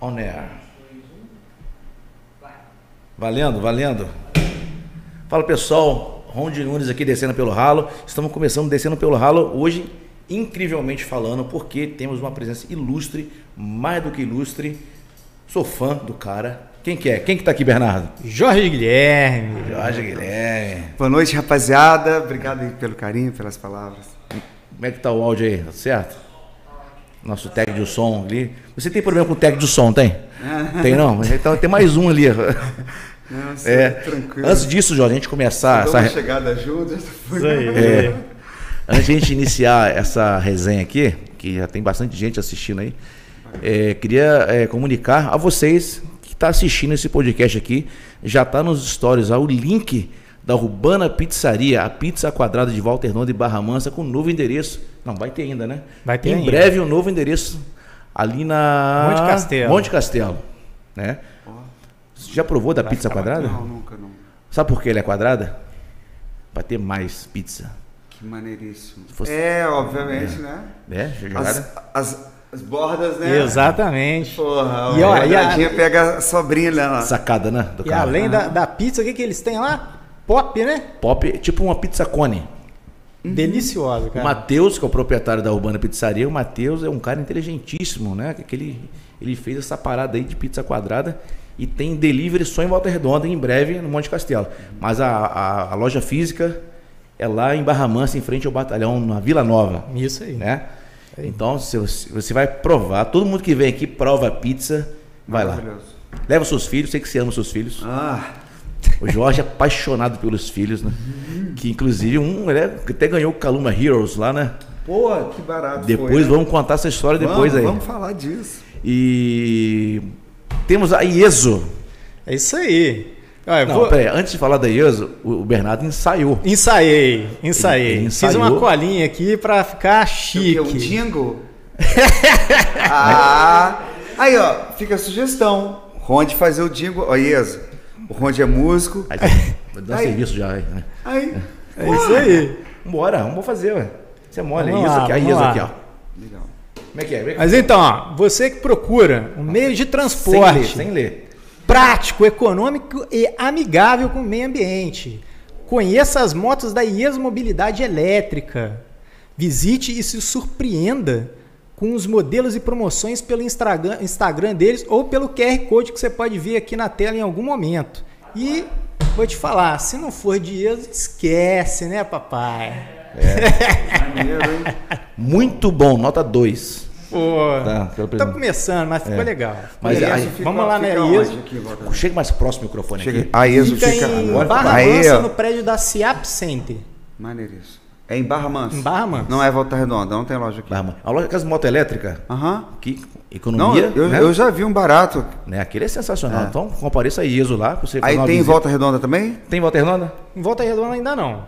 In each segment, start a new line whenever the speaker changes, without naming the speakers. on air. Valendo, valendo. Fala pessoal, Ronde Nunes aqui descendo pelo ralo. Estamos começando descendo pelo ralo hoje, incrivelmente falando, porque temos uma presença ilustre, mais do que ilustre. Sou fã do cara. Quem que é? Quem que tá aqui, Bernardo?
Jorge Guilherme.
Jorge Guilherme.
Boa noite, rapaziada. Obrigado aí pelo carinho, pelas palavras.
Como é que tá o áudio aí? Tá certo? Nosso técnico de som ali. Você tem problema com o técnico de som, tem? Tem não? Então tem mais um ali.
Nossa,
É, Ah,
tranquilo. Então
antes disso, Jorge, a gente começar
Dá
essa,
uma chegada junto. já foi.
Isso aí.
Antes de a gente iniciar essa resenha aqui, que já tem bastante gente assistindo aí, é, queria é, comunicar a vocês que está assistindo esse podcast aqui, já está nos stories lá o link da Urbana Pizzaria, a pizza quadrada de Walter Nondo e Barra Mansa, com um novo endereço. Não, vai ter ainda, né?
Vai ter
Em
ainda.
breve um novo endereço ali na...
Monte Castelo.
Monte Castelo, né? Você já provou da pizza
ficar
quadrada?
Não, nunca, não.
Sabe por que ela é quadrada? Para ter mais pizza.
Que maneiríssimo.
fosse-
É, obviamente, né?
Né? Já jogaram?
As, as, as bordas,
É.
né?
Exatamente.
Porra,
E
e, ó,
olha, e a-
pega a sobrinha lá.
Sacada, né? Do
E
cara.
além da, da pizza, o que, que eles têm lá? Pop, né?
Pop, é tipo uma pizza cone.
Deliciosa,
O
cara.
Matheus, que é o proprietário da Urbana Pizzaria, o Matheus é um cara inteligentíssimo, né? Que ele, ele fez essa parada aí de pizza quadrada e tem delivery só em Volta Redonda, em breve, no Monte Castelo. Mas a, a, a loja física é lá em Barra Mansa, em frente ao batalhão, na Vila Nova.
Isso aí.
Né? Então, se você, você vai provar, todo mundo que vem aqui prova a pizza, vai lá.
Maravilhoso.
Leva os seus filhos, sei que você ama os seus filhos.
Ah,
O Jorge é apaixonado pelos filhos, né? Que inclusive um ele até ganhou o Caluma Heroes lá, né?
pô, que barato foi,
Depois
né?
vamos contar essa história depois
vamos,
aí.
Vamos falar disso.
E temos a Ieso.
É isso aí. Olha, eu
Não,
vou-
peraí, antes de falar da Ieso, o o Bernardo ensaiou.
Ensaiei,
Ele-
ensaiei.
ele
Fiz
ensaiou.
uma colinha aqui pra ficar
Que
chique.
Um jingle? ah, aí, ó, fica a sugestão. Ronde fazer o jingle. Ó, Ieso, o Ronde é músico.
Aí, tá- dá um
Aí.
serviço já. aí, Né?
Aí,
É isso aí.
Vambora, vamos fazer, ué. Você molha,
Vamos
isso
lá,
aqui, a
vamos
Ieso
lá.
aqui, ó.
legal.
Como é que é? Vem
Mas então, ó, você que procura um meio de
sem
transporte
ler, sem ler.
prático, econômico e amigável com o meio ambiente. Conheça as motos da IES Mobilidade Elétrica. Visite e se surpreenda com os modelos e promoções pelo Instagram, Instagram deles ou pelo QR Code que você pode ver aqui na tela em algum momento. E vou te falar, se não for de IES, esquece, né, papai?
Maneiro, hein?
Muito bom, nota 2.
Pô,
Tá, pelo
tá
primeiro.
começando, mas ficou legal.
Mas
Ieso
aí-
fica-
vamos lá né, na
fica
Ieso.
onde aqui, Walter?
Chega mais próximo o microfone
Chega.
aqui.
A Ieso
fica,
fica.
em
agora
Barra
aí,
Mansa,
ó.
no prédio da CIAP Center.
Maneiríssimo. É em Barra Mansa?
Em Barra Mansa.
Não é Volta Redonda, não tem loja aqui.
Barra- A loja Casa Moto Elétrica,
Aham.
que
Não,
economia.
eu,
né?
eu já vi um barato.
Né? Aquele é sensacional. Então, compareça a ISO lá. pra Você fazer
Aí
uma
tem em
visita.
Volta Redonda também?
Tem Volta Redonda?
Em Volta Redonda ainda não.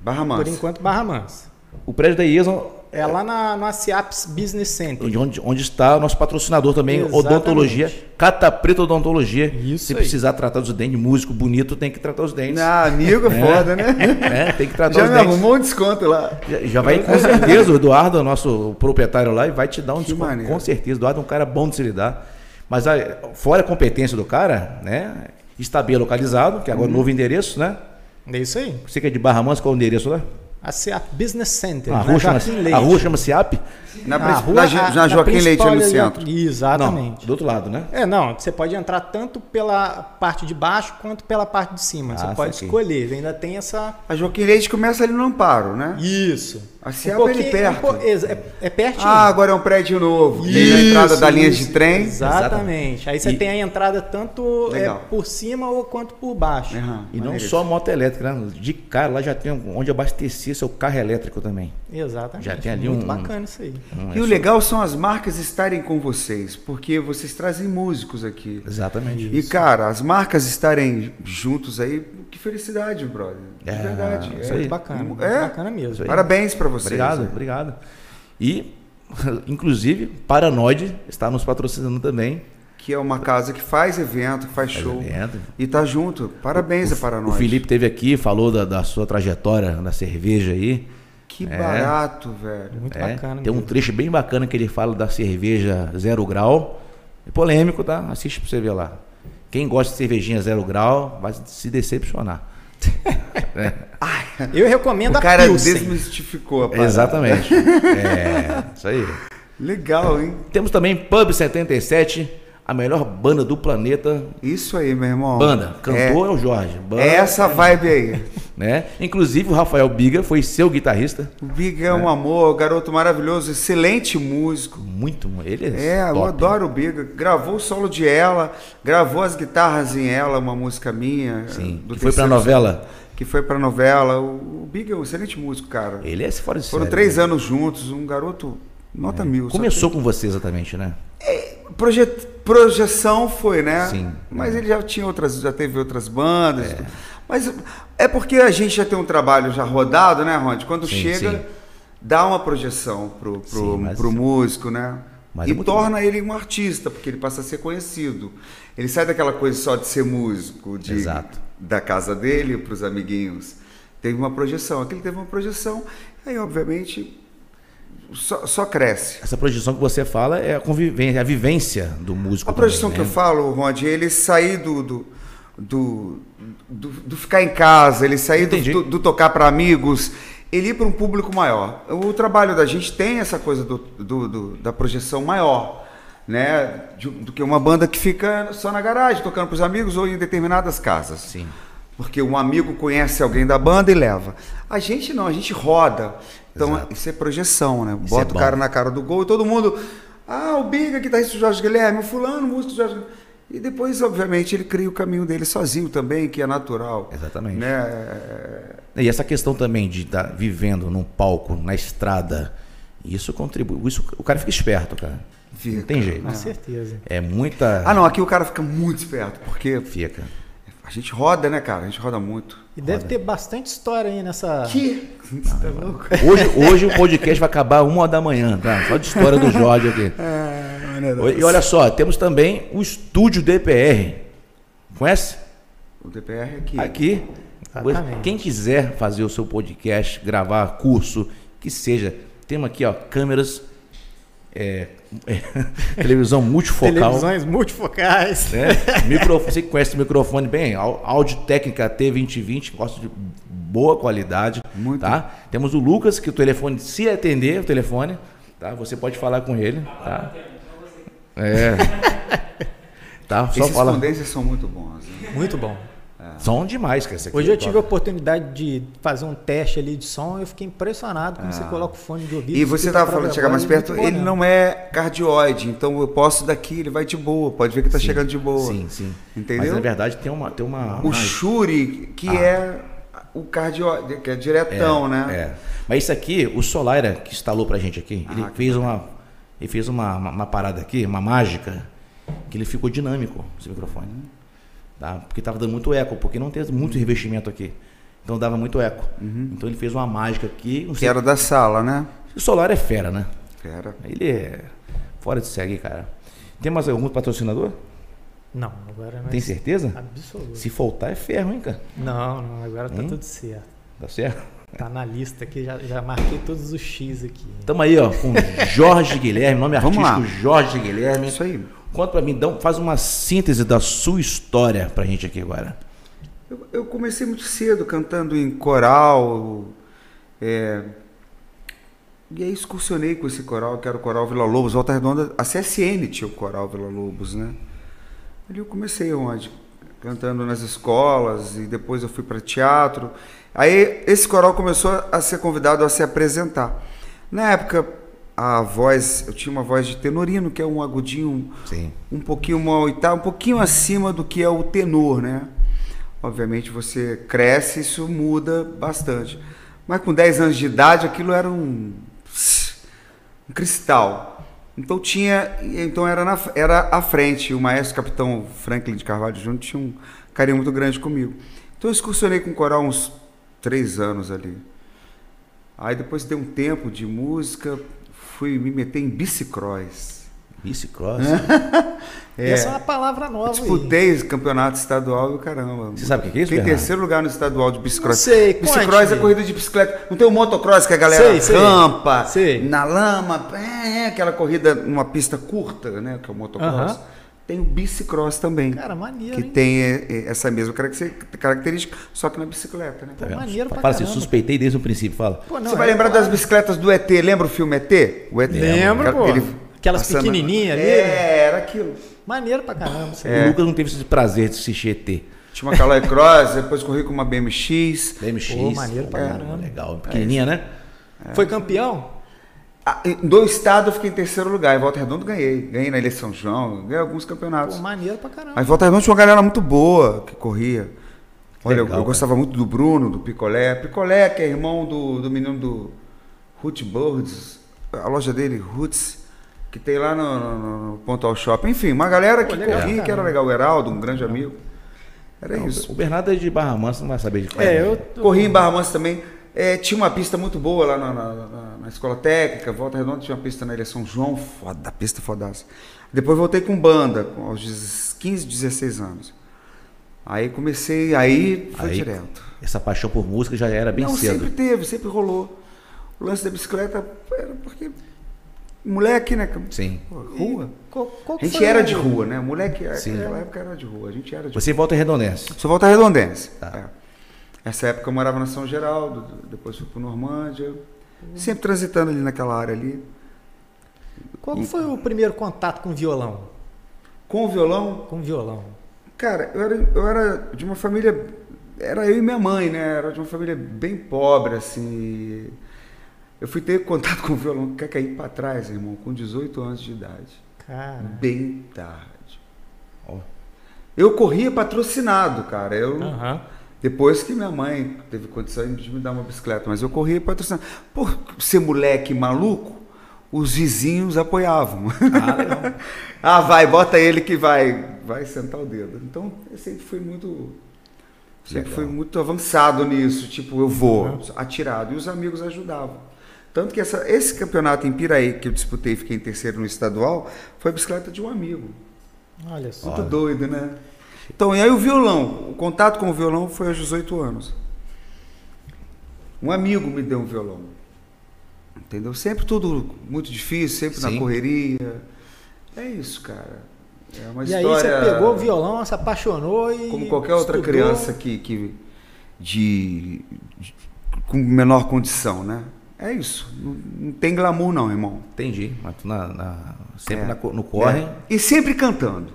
Barra
Por
Mansa.
enquanto, Barra Mansa.
O prédio da ISO,
É lá na, no ACIAPS Business Center.
onde, onde- onde está o nosso patrocinador também,
Exatamente.
Odontologia, Cata Preta Odontologia.
Isso
Se
aí.
precisar tratar dos dentes, músico bonito tem que tratar os dentes.
Ah, amigo, é foda, né?
Né? Tem que tratar
Já
os
me
dentes.
arrumou um desconto lá.
Já, já vai com certeza o Eduardo, o nosso proprietário lá, e vai te dar um desconto.
maneiro.
Com certeza, Eduardo é um cara bom de se lidar. Mas a- fora a competência do cara, né? Está bem localizado, que
Uhum.
agora é novo endereço, né?
É isso aí.
Você que é de Barra Mansa, qual é o endereço lá?
ACIAP Business Center.
A
na
rua
Joaquim
chama-se
assim,
Leite.
a rua chama-se AP?
Na,
A
princi-
rua-
na,
a-
Jo-
na
na Joaquim Leite,
principal
ali no
ali da-
centro.
Ah, Não,
Exatamente.
do outro lado, né?
É, não. Você pode entrar tanto pela parte de baixo quanto pela parte de cima.
Ah,
você pode
saquei.
escolher. Ainda tem essa.
A Joaquim Leite começa ali no Amparo, né?
Isso. Um
A Ciapa é ali
pouquinho-
perto.
po- exa- é, é pertinho.
Ah, agora é um prédio novo. Tem a
Isso,
entrada da linha
isso.
de trem.
Exatamente. Aí você
E-
tem a entrada tanto é,
Legal.
por cima ou quanto por baixo.
Aham,
E não
Né, maneiro.
só a moto elétrica, né? De cara, lá já tem onde abastecer seu carro elétrico também.
Exatamente.
Já tem ali
Muito
um-
bacana isso aí.
Não é
E o
só-
legal são as marcas estarem com vocês, porque vocês trazem músicos aqui.
Exatamente.
E, cara, as marcas estarem juntos aí, que felicidade, brother. De
É,
verdade.
isso
é.
aí.
Muito bacana. Muito
É?
bacana mesmo.
Parabéns pra vocês.
Obrigado, obrigado. E, inclusive, Paranoide está nos patrocinando também.
Que é uma casa que faz evento, que faz show.
evento.
E tá junto. Parabéns é a Paranoide.
O Felipe teve aqui, falou da, da sua trajetória na cerveja aí.
Que barato, velho.
Muito
É,
bacana
tem um
mesmo.
trecho bem bacana que ele fala da cerveja zero grau. É polêmico, tá? Assiste pra você ver lá. Quem gosta de cervejinha zero grau vai se decepcionar.
Eu recomendo
Tá
O
a
cara
Pilsen.
desmistificou a parada.
Exatamente. É, isso aí.
Legal, hein?
Temos também Pub 77, a melhor banda do planeta.
Isso aí, meu irmão.
Banda, cantor é, o Jorge.
É,
Banda,
é essa vibe aí.
né? Inclusive o Rafael Biga foi seu guitarrista.
O Big é um amor, garoto maravilhoso, excelente músico.
Muito, ele é,
É, eu
top.
adoro o Biga. Gravou o solo de ela, gravou as guitarras em ela, uma música minha.
Sim,
do
que foi pra
terceiro-
novela.
Que foi pra novela. O, o Biga é um excelente músico, cara.
Ele é fora de
Foram
série,
três
né?
anos juntos, um garoto nota mil. só
Começou com você exatamente, né?
que proje- projeção foi, né?
Sim.
Mas ele já tinha outras, já teve outras bandas. tudo. Mas é porque a gente já tem um trabalho já rodado, né, Rod? Quando
Sim,
chega,
sim.
dá uma projeção pro, pro,
Sim, mas- é um-
pro músico, né?
Mas
e
é muito
torna ele um artista, porque ele passa a ser conhecido. Ele sai daquela coisa só de ser músico, de,
Exato.
da casa dele para os amiguinhos. Teve uma projeção. Aquele teve uma projeção, aí obviamente só- só cresce.
Essa projeção que você fala é a convivência, a vivência do músico.
A projeção que
também,
eu
né?
falo, Rod, é ele sair do do, do, do- do ficar em casa, ele sair do,
Entendi.
do- do tocar para amigos, ele ir para um público maior. O trabalho da gente tem essa coisa do, do- do- da projeção maior, né? De- do que uma banda que fica só na garagem, tocando para os amigos ou em determinadas casas.
Sim.
Porque um amigo conhece alguém da banda e leva. A gente não, a gente roda. Então,
Exato.
isso é projeção, né?
Isso
Bota
é
o
bom.
cara na cara do gol e todo mundo. Ah, o Biga, guitarrista do Jorge Guilherme, o fulano, músico do Jorge Guilherme. E depois, obviamente, ele cria o caminho dele sozinho também, que é natural.
Exatamente.
Né?
E essa questão também de estar vivendo num palco, na estrada, isso contribui. Isso, o cara fica esperto, cara.
Fica.
Não tem jeito.
Com certeza.
É muita.
Ah, não, aqui o cara fica muito esperto, porque
Fica.
a gente roda, né, cara? A gente roda muito.
E deve ter bastante história aí nessa.
Que? Você tá louco?
Hoje, hoje o podcast vai acabar uma da manhã, tá? Só de história do Jorge aqui.
É.
E olha só, temos também o Estúdio DPR. Conhece?
O DPR é aqui.
Aqui.
Exatamente.
Quem quiser fazer o seu podcast, gravar curso, que seja, temos aqui ó, câmeras, é, televisão multifocal,
Televisões multifocais.
né? microfone, você que conhece o microfone bem, au- áudio técnica T2020, gosto de boa qualidade,
Muito.
tá? Temos o Lucas que o telefone, se atender o telefone, tá? Você pode falar com ele, tá? É. tá, só
Esses
fala.
condensers são muito bons. Né?
Muito bom.
São demais, cara.
É.
esse aqui,
Hoje eu tive a
top.
oportunidade de fazer um teste ali de som eu fiquei impressionado como você coloca o fone de ouvido.
Ah. E você
escuta a
estava falando
própria
de chegar mais
voz,
perto,
tá muito bom né?
ele
mesmo.
não é cardioide, então eu posso daqui, ele vai de boa, pode ver que tá chegando de boa.
Sim, sim. Mas é
Entendeu?
na verdade tem uma. Tem uma
o
uma-
Shuri, que é o cardioide, que é diretão, né?
Ah. É. Mas isso aqui, o Solaira que instalou pra gente aqui,
Ah,
ele fez, uma, ele fez uma, uma, uma parada aqui, uma mágica, que ele ficou dinâmico, esse microfone.
Uhum.
Tá? Porque tava dando muito eco, porque não tem muito revestimento aqui. Então dava muito eco. Então ele fez uma mágica aqui. Não
Uhum. Que
sei,
era da sala, né?
O Solar é fera, né?
Fera.
Ele é fora de série, cara. Tem mais algum patrocinador?
Não, agora não é
Tem certeza?
absoluto.
Se faltar é ferro, hein, cara?
Não, não, agora tá
Hein?
tudo certo.
Tá certo?
Tá na lista aqui, já, já marquei todos os X aqui.
Tamo aí, ó, com Jorge Guilherme, nome
Vamos
artístico
lá.
Jorge Guilherme.
Isso aí.
Conta pra mim, dá um- faz uma síntese da sua história pra gente aqui agora.
Eu, eu comecei muito cedo cantando em coral. é, e aí excursionei com esse coral, que era o Coral Vila Lobos, Volta Redonda. A CSN tinha o Coral Vila Lobos, né? Ali eu comecei onde? Cantando nas escolas e depois eu fui para teatro. Aí esse coral começou a ser convidado a se apresentar. Na época, a voz, eu tinha uma voz de tenorino, que é um agudinho
Sim.
um pouquinho uma oitava, um pouquinho acima do que é o tenor, né? Obviamente você cresce, isso muda bastante. Mas com 10 anos de idade aquilo era um, um cristal. Então tinha, então era na, era à frente, o maestro capitão Franklin de Carvalho Júnior tinha um carinho muito grande comigo. Então eu excursionei com o coral uns três anos ali. Aí depois dei um tempo de música, fui me meter em bicicross.
Bicicross.
É,
Essa é uma palavra nova aí.
disputei Tipo, campeonato estadual e o caramba.
Você sabe o que é isso,
Tem
Bernardo?
terceiro lugar no estadual de bicicross.
Não sei, conte.
bicicross é corrida de bicicleta. Não tem o motocross que a galera
Sei, sei.
rampa
Sei.
na lama, é, é, aquela corrida numa pista curta, né, que é o motocross.
Aham.
Tem o bicicross também.
Cara, maneiro,
que
hein?
tem é, é, essa mesma caracter- característica, só que na bicicleta, né?
Tá
Tá vendo?
maneiro pra
Fala assim,
caramba.
suspeitei desde o princípio. Fala.
Pô, não,
Você vai
é-
lembrar das bicicletas do ET, lembra o filme ET? O ET
Lembro, pô. Aquelas
passando-
pequenininhas ali.
É, era aquilo.
Maneiro pra caramba.
é.
O Lucas não teve esse prazer de assistir ET.
Tinha uma Caloi Cross, depois corri com uma BMX.
BMX.
Pô, maneiro pra caramba.
É
Legal. Pequenininha, né?
Foi campeão?
Ah, em- Do estado eu fiquei em terceiro lugar. Em Volta Redonda ganhei. Ganhei na eleição João, ganhei alguns
Pô,
campeonatos.
maneiro pra caramba.
Mas em Volta Redonda tinha uma galera muito boa que corria. Olha, eu-
legal,
eu, gostava muito do Bruno, do Picolé. Picolé, que é irmão do, do menino do Root Birds, a loja dele, Roots, que tem lá no, no, no Pontal Shopping. Enfim, uma galera que
Pô, legal,
corria, que
cara.
era legal. O Heraldo, um grande amigo. Era isso.
O Bernardo é de Barra Mansa, não vai saber de qual
É, eu
Corri em Barra Mansa também. É, tinha uma pista muito boa lá na, na- na- na escola técnica, Volta Redonda tinha uma pista na Ilha São João, foda, pista fodaça. Depois voltei com banda, com- aos 10 15, 16 anos. Aí comecei, aí foi
Aí,
direto.
Essa paixão por música já era bem
Não,
cedo.
sempre teve, sempre rolou. O lance da bicicleta era porque. Moleque, né? cara?
Sim.
Pô, Rua.
Qual, qual
A
que
gente
foi
era
o-
de rua, né? Moleque,
Sim.
naquela época era de rua, a gente era de
Você volta redondense.
Sou Volta Redondense.
Tá.
É. Essa época eu morava na São Geraldo, d- depois fui para Normândia. Sempre transitando ali naquela área ali.
Qual que foi o primeiro contato com violão?
Com o violão,
Com violão.
cara, eu era, eu era de uma família. Era eu e minha mãe, né? Era de uma família bem pobre, assim. Eu fui ter contato com o violão, quer cair para trás, irmão, com 18 anos de idade.
Cara.
Bem tarde.
Ó.
Eu corria patrocinado, cara. Eu
Aham.
Depois que minha mãe teve condição de me dar uma bicicleta, mas eu corria patrocinando. Por ser moleque maluco, os vizinhos apoiavam. Ah, vai, bota ele que vai, vai sentar o dedo. Então, eu sempre fui muito sempre
Legal.
fui muito avançado nisso, tipo, eu vou, atirado, e os amigos ajudavam. Tanto que essa- esse campeonato em Piraí que eu disputei e fiquei em terceiro no estadual, foi a bicicleta de um amigo.
Olha só.
Muito doido, né? Então, e aí o violão? O contato com o violão foi aos 18 anos. Um amigo me deu um violão. Entendeu? Sempre tudo muito difícil, sempre
Sim.
na correria. É isso, cara. É uma
E aí
história.
você pegou o violão, se apaixonou e.
Como qualquer outra
estudou.
criança que, que de, de- com menor condição, né? É isso. Não, não tem glamour, não, irmão.
Entendi. Mas tu na, na- sempre
É.
na co- no corre.
É. E sempre cantando.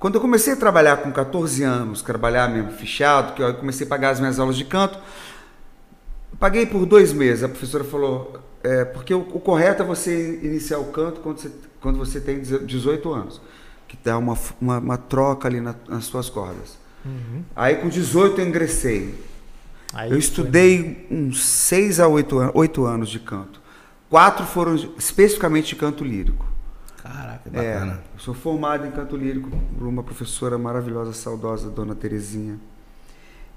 Quando eu comecei a trabalhar com 14 anos, trabalhar mesmo fichado, que eu comecei a pagar as minhas aulas de canto, paguei por dois meses. A professora falou, é, porque o, o correto é você iniciar o canto quando você, quando você tem 18 anos, que dá uma, f- uma, uma troca ali na- nas suas cordas. Aí com 18 eu ingressei.
Uhum. Aí
Eu
foi-
estudei uns 6 a 8 anos, oito anos de canto. Quatro foram de- especificamente de canto lírico.
Caraca,
É,
bacana.
eu sou formado em canto lírico por uma professora maravilhosa, saudosa, dona Terezinha.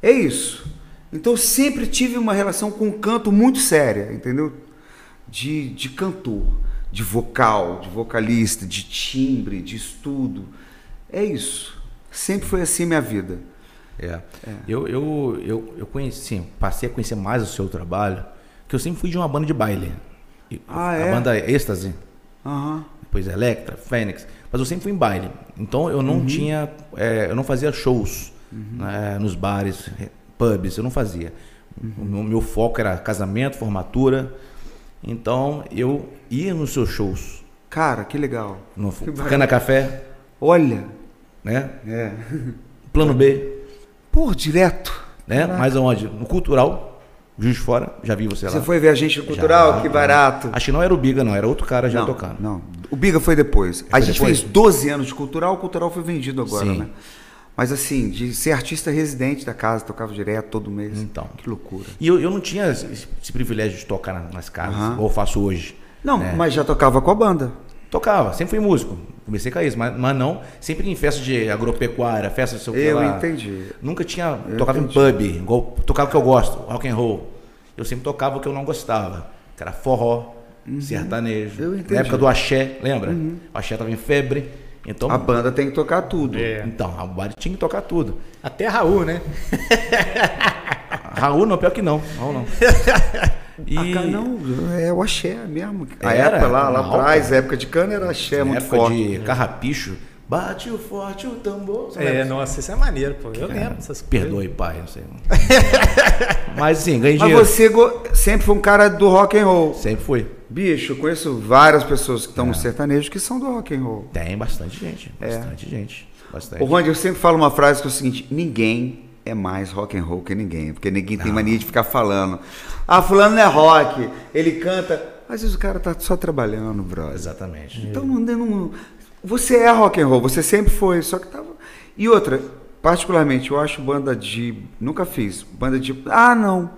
É isso. Então eu sempre tive uma relação com o canto muito séria, entendeu? De, de cantor, de vocal, de vocalista, de timbre, de estudo. É isso. Sempre foi assim minha vida.
É. Eu, eu, eu, eu conheci, sim, passei a conhecer mais o seu trabalho, que eu sempre fui de uma banda de baile. E-
Ah,
a
é?
banda Êxtase,
Aham.
depois Electra, Fênix. Mas eu sempre fui em baile. Então eu
Uhum.
não tinha. é, eu não fazia shows né, nos bares, re- pubs, eu não fazia. O
Uhum.
meu, meu foco era casamento, formatura. Então eu ia nos seus shows.
Cara, que legal.
No,
Que bacana.
cana café,
Olha.
né?
É.
Plano B,
Pô, direto.
né? Mais aonde? No Cultural, Juiz de Fora, já vi você lá.
Você foi ver a gente no cultural?
Já,
que
já.
barato.
Acho que não era o Biga, não, era outro cara já
não,
tocando.
Não, o Biga foi depois. a gente
depois?
fez 12 anos de cultural, o cultural foi vendido agora,
Sim.
né? Mas assim, de ser artista residente da casa, tocava direto todo mês.
Então.
Que loucura.
E eu, eu não tinha esse, esse privilégio de tocar na- nas casas,
Aham.
igual eu faço hoje.
Não,
né?
mas já tocava com a banda.
Tocava, sempre fui músico. Comecei com isso, mas, mas não, sempre em festa de agropecuária, festa de sei o que
Eu
lá.
entendi.
Nunca tinha,
Eu
tocava
entendi.
em pub, igual, tocava o que eu gosto, rock and roll. Eu sempre tocava o que eu não gostava, que era forró, sertanejo.
Uhum. Eu entendi.
Na época do axé, lembra?
Uhum.
O axé tava em febre. Então,
A banda tem que tocar tudo.
É.
então a banda tinha que tocar tudo.
Até Raul, né?
Raul não, pior que não. Raul não. E
Ah, cara, não, é o axé mesmo. A
Era,
época lá, lá
não,
atrás,
cara.
a época de cana era axé
na
muito
época
forte.
de carrapicho, bate o forte o tambor. Você
É,
lembra?
nossa, isso é maneiro, pô. Eu lembro dessas coisas.
Perdoe, pai, não sei. Mas sim, ganhei
Mas
dinheiro.
você go- sempre foi um cara do rock and roll.
Sempre fui.
Bicho, eu conheço várias pessoas que estão no sertanejo que são do rock and roll.
Tem bastante gente. Bastante gente. Bastante.
É. O Rony, eu sempre falo uma frase que é o seguinte: ninguém é mais rock and roll que ninguém, porque ninguém tem mania de ficar falando. Ah, fulano não é rock, ele canta. Às vezes o cara tá só trabalhando, brother.
Exatamente.
Então não, não- você é rock and roll, você sempre foi, só que tava. E outra, particularmente, eu acho banda de. Nunca fiz. Banda de. Ah, não.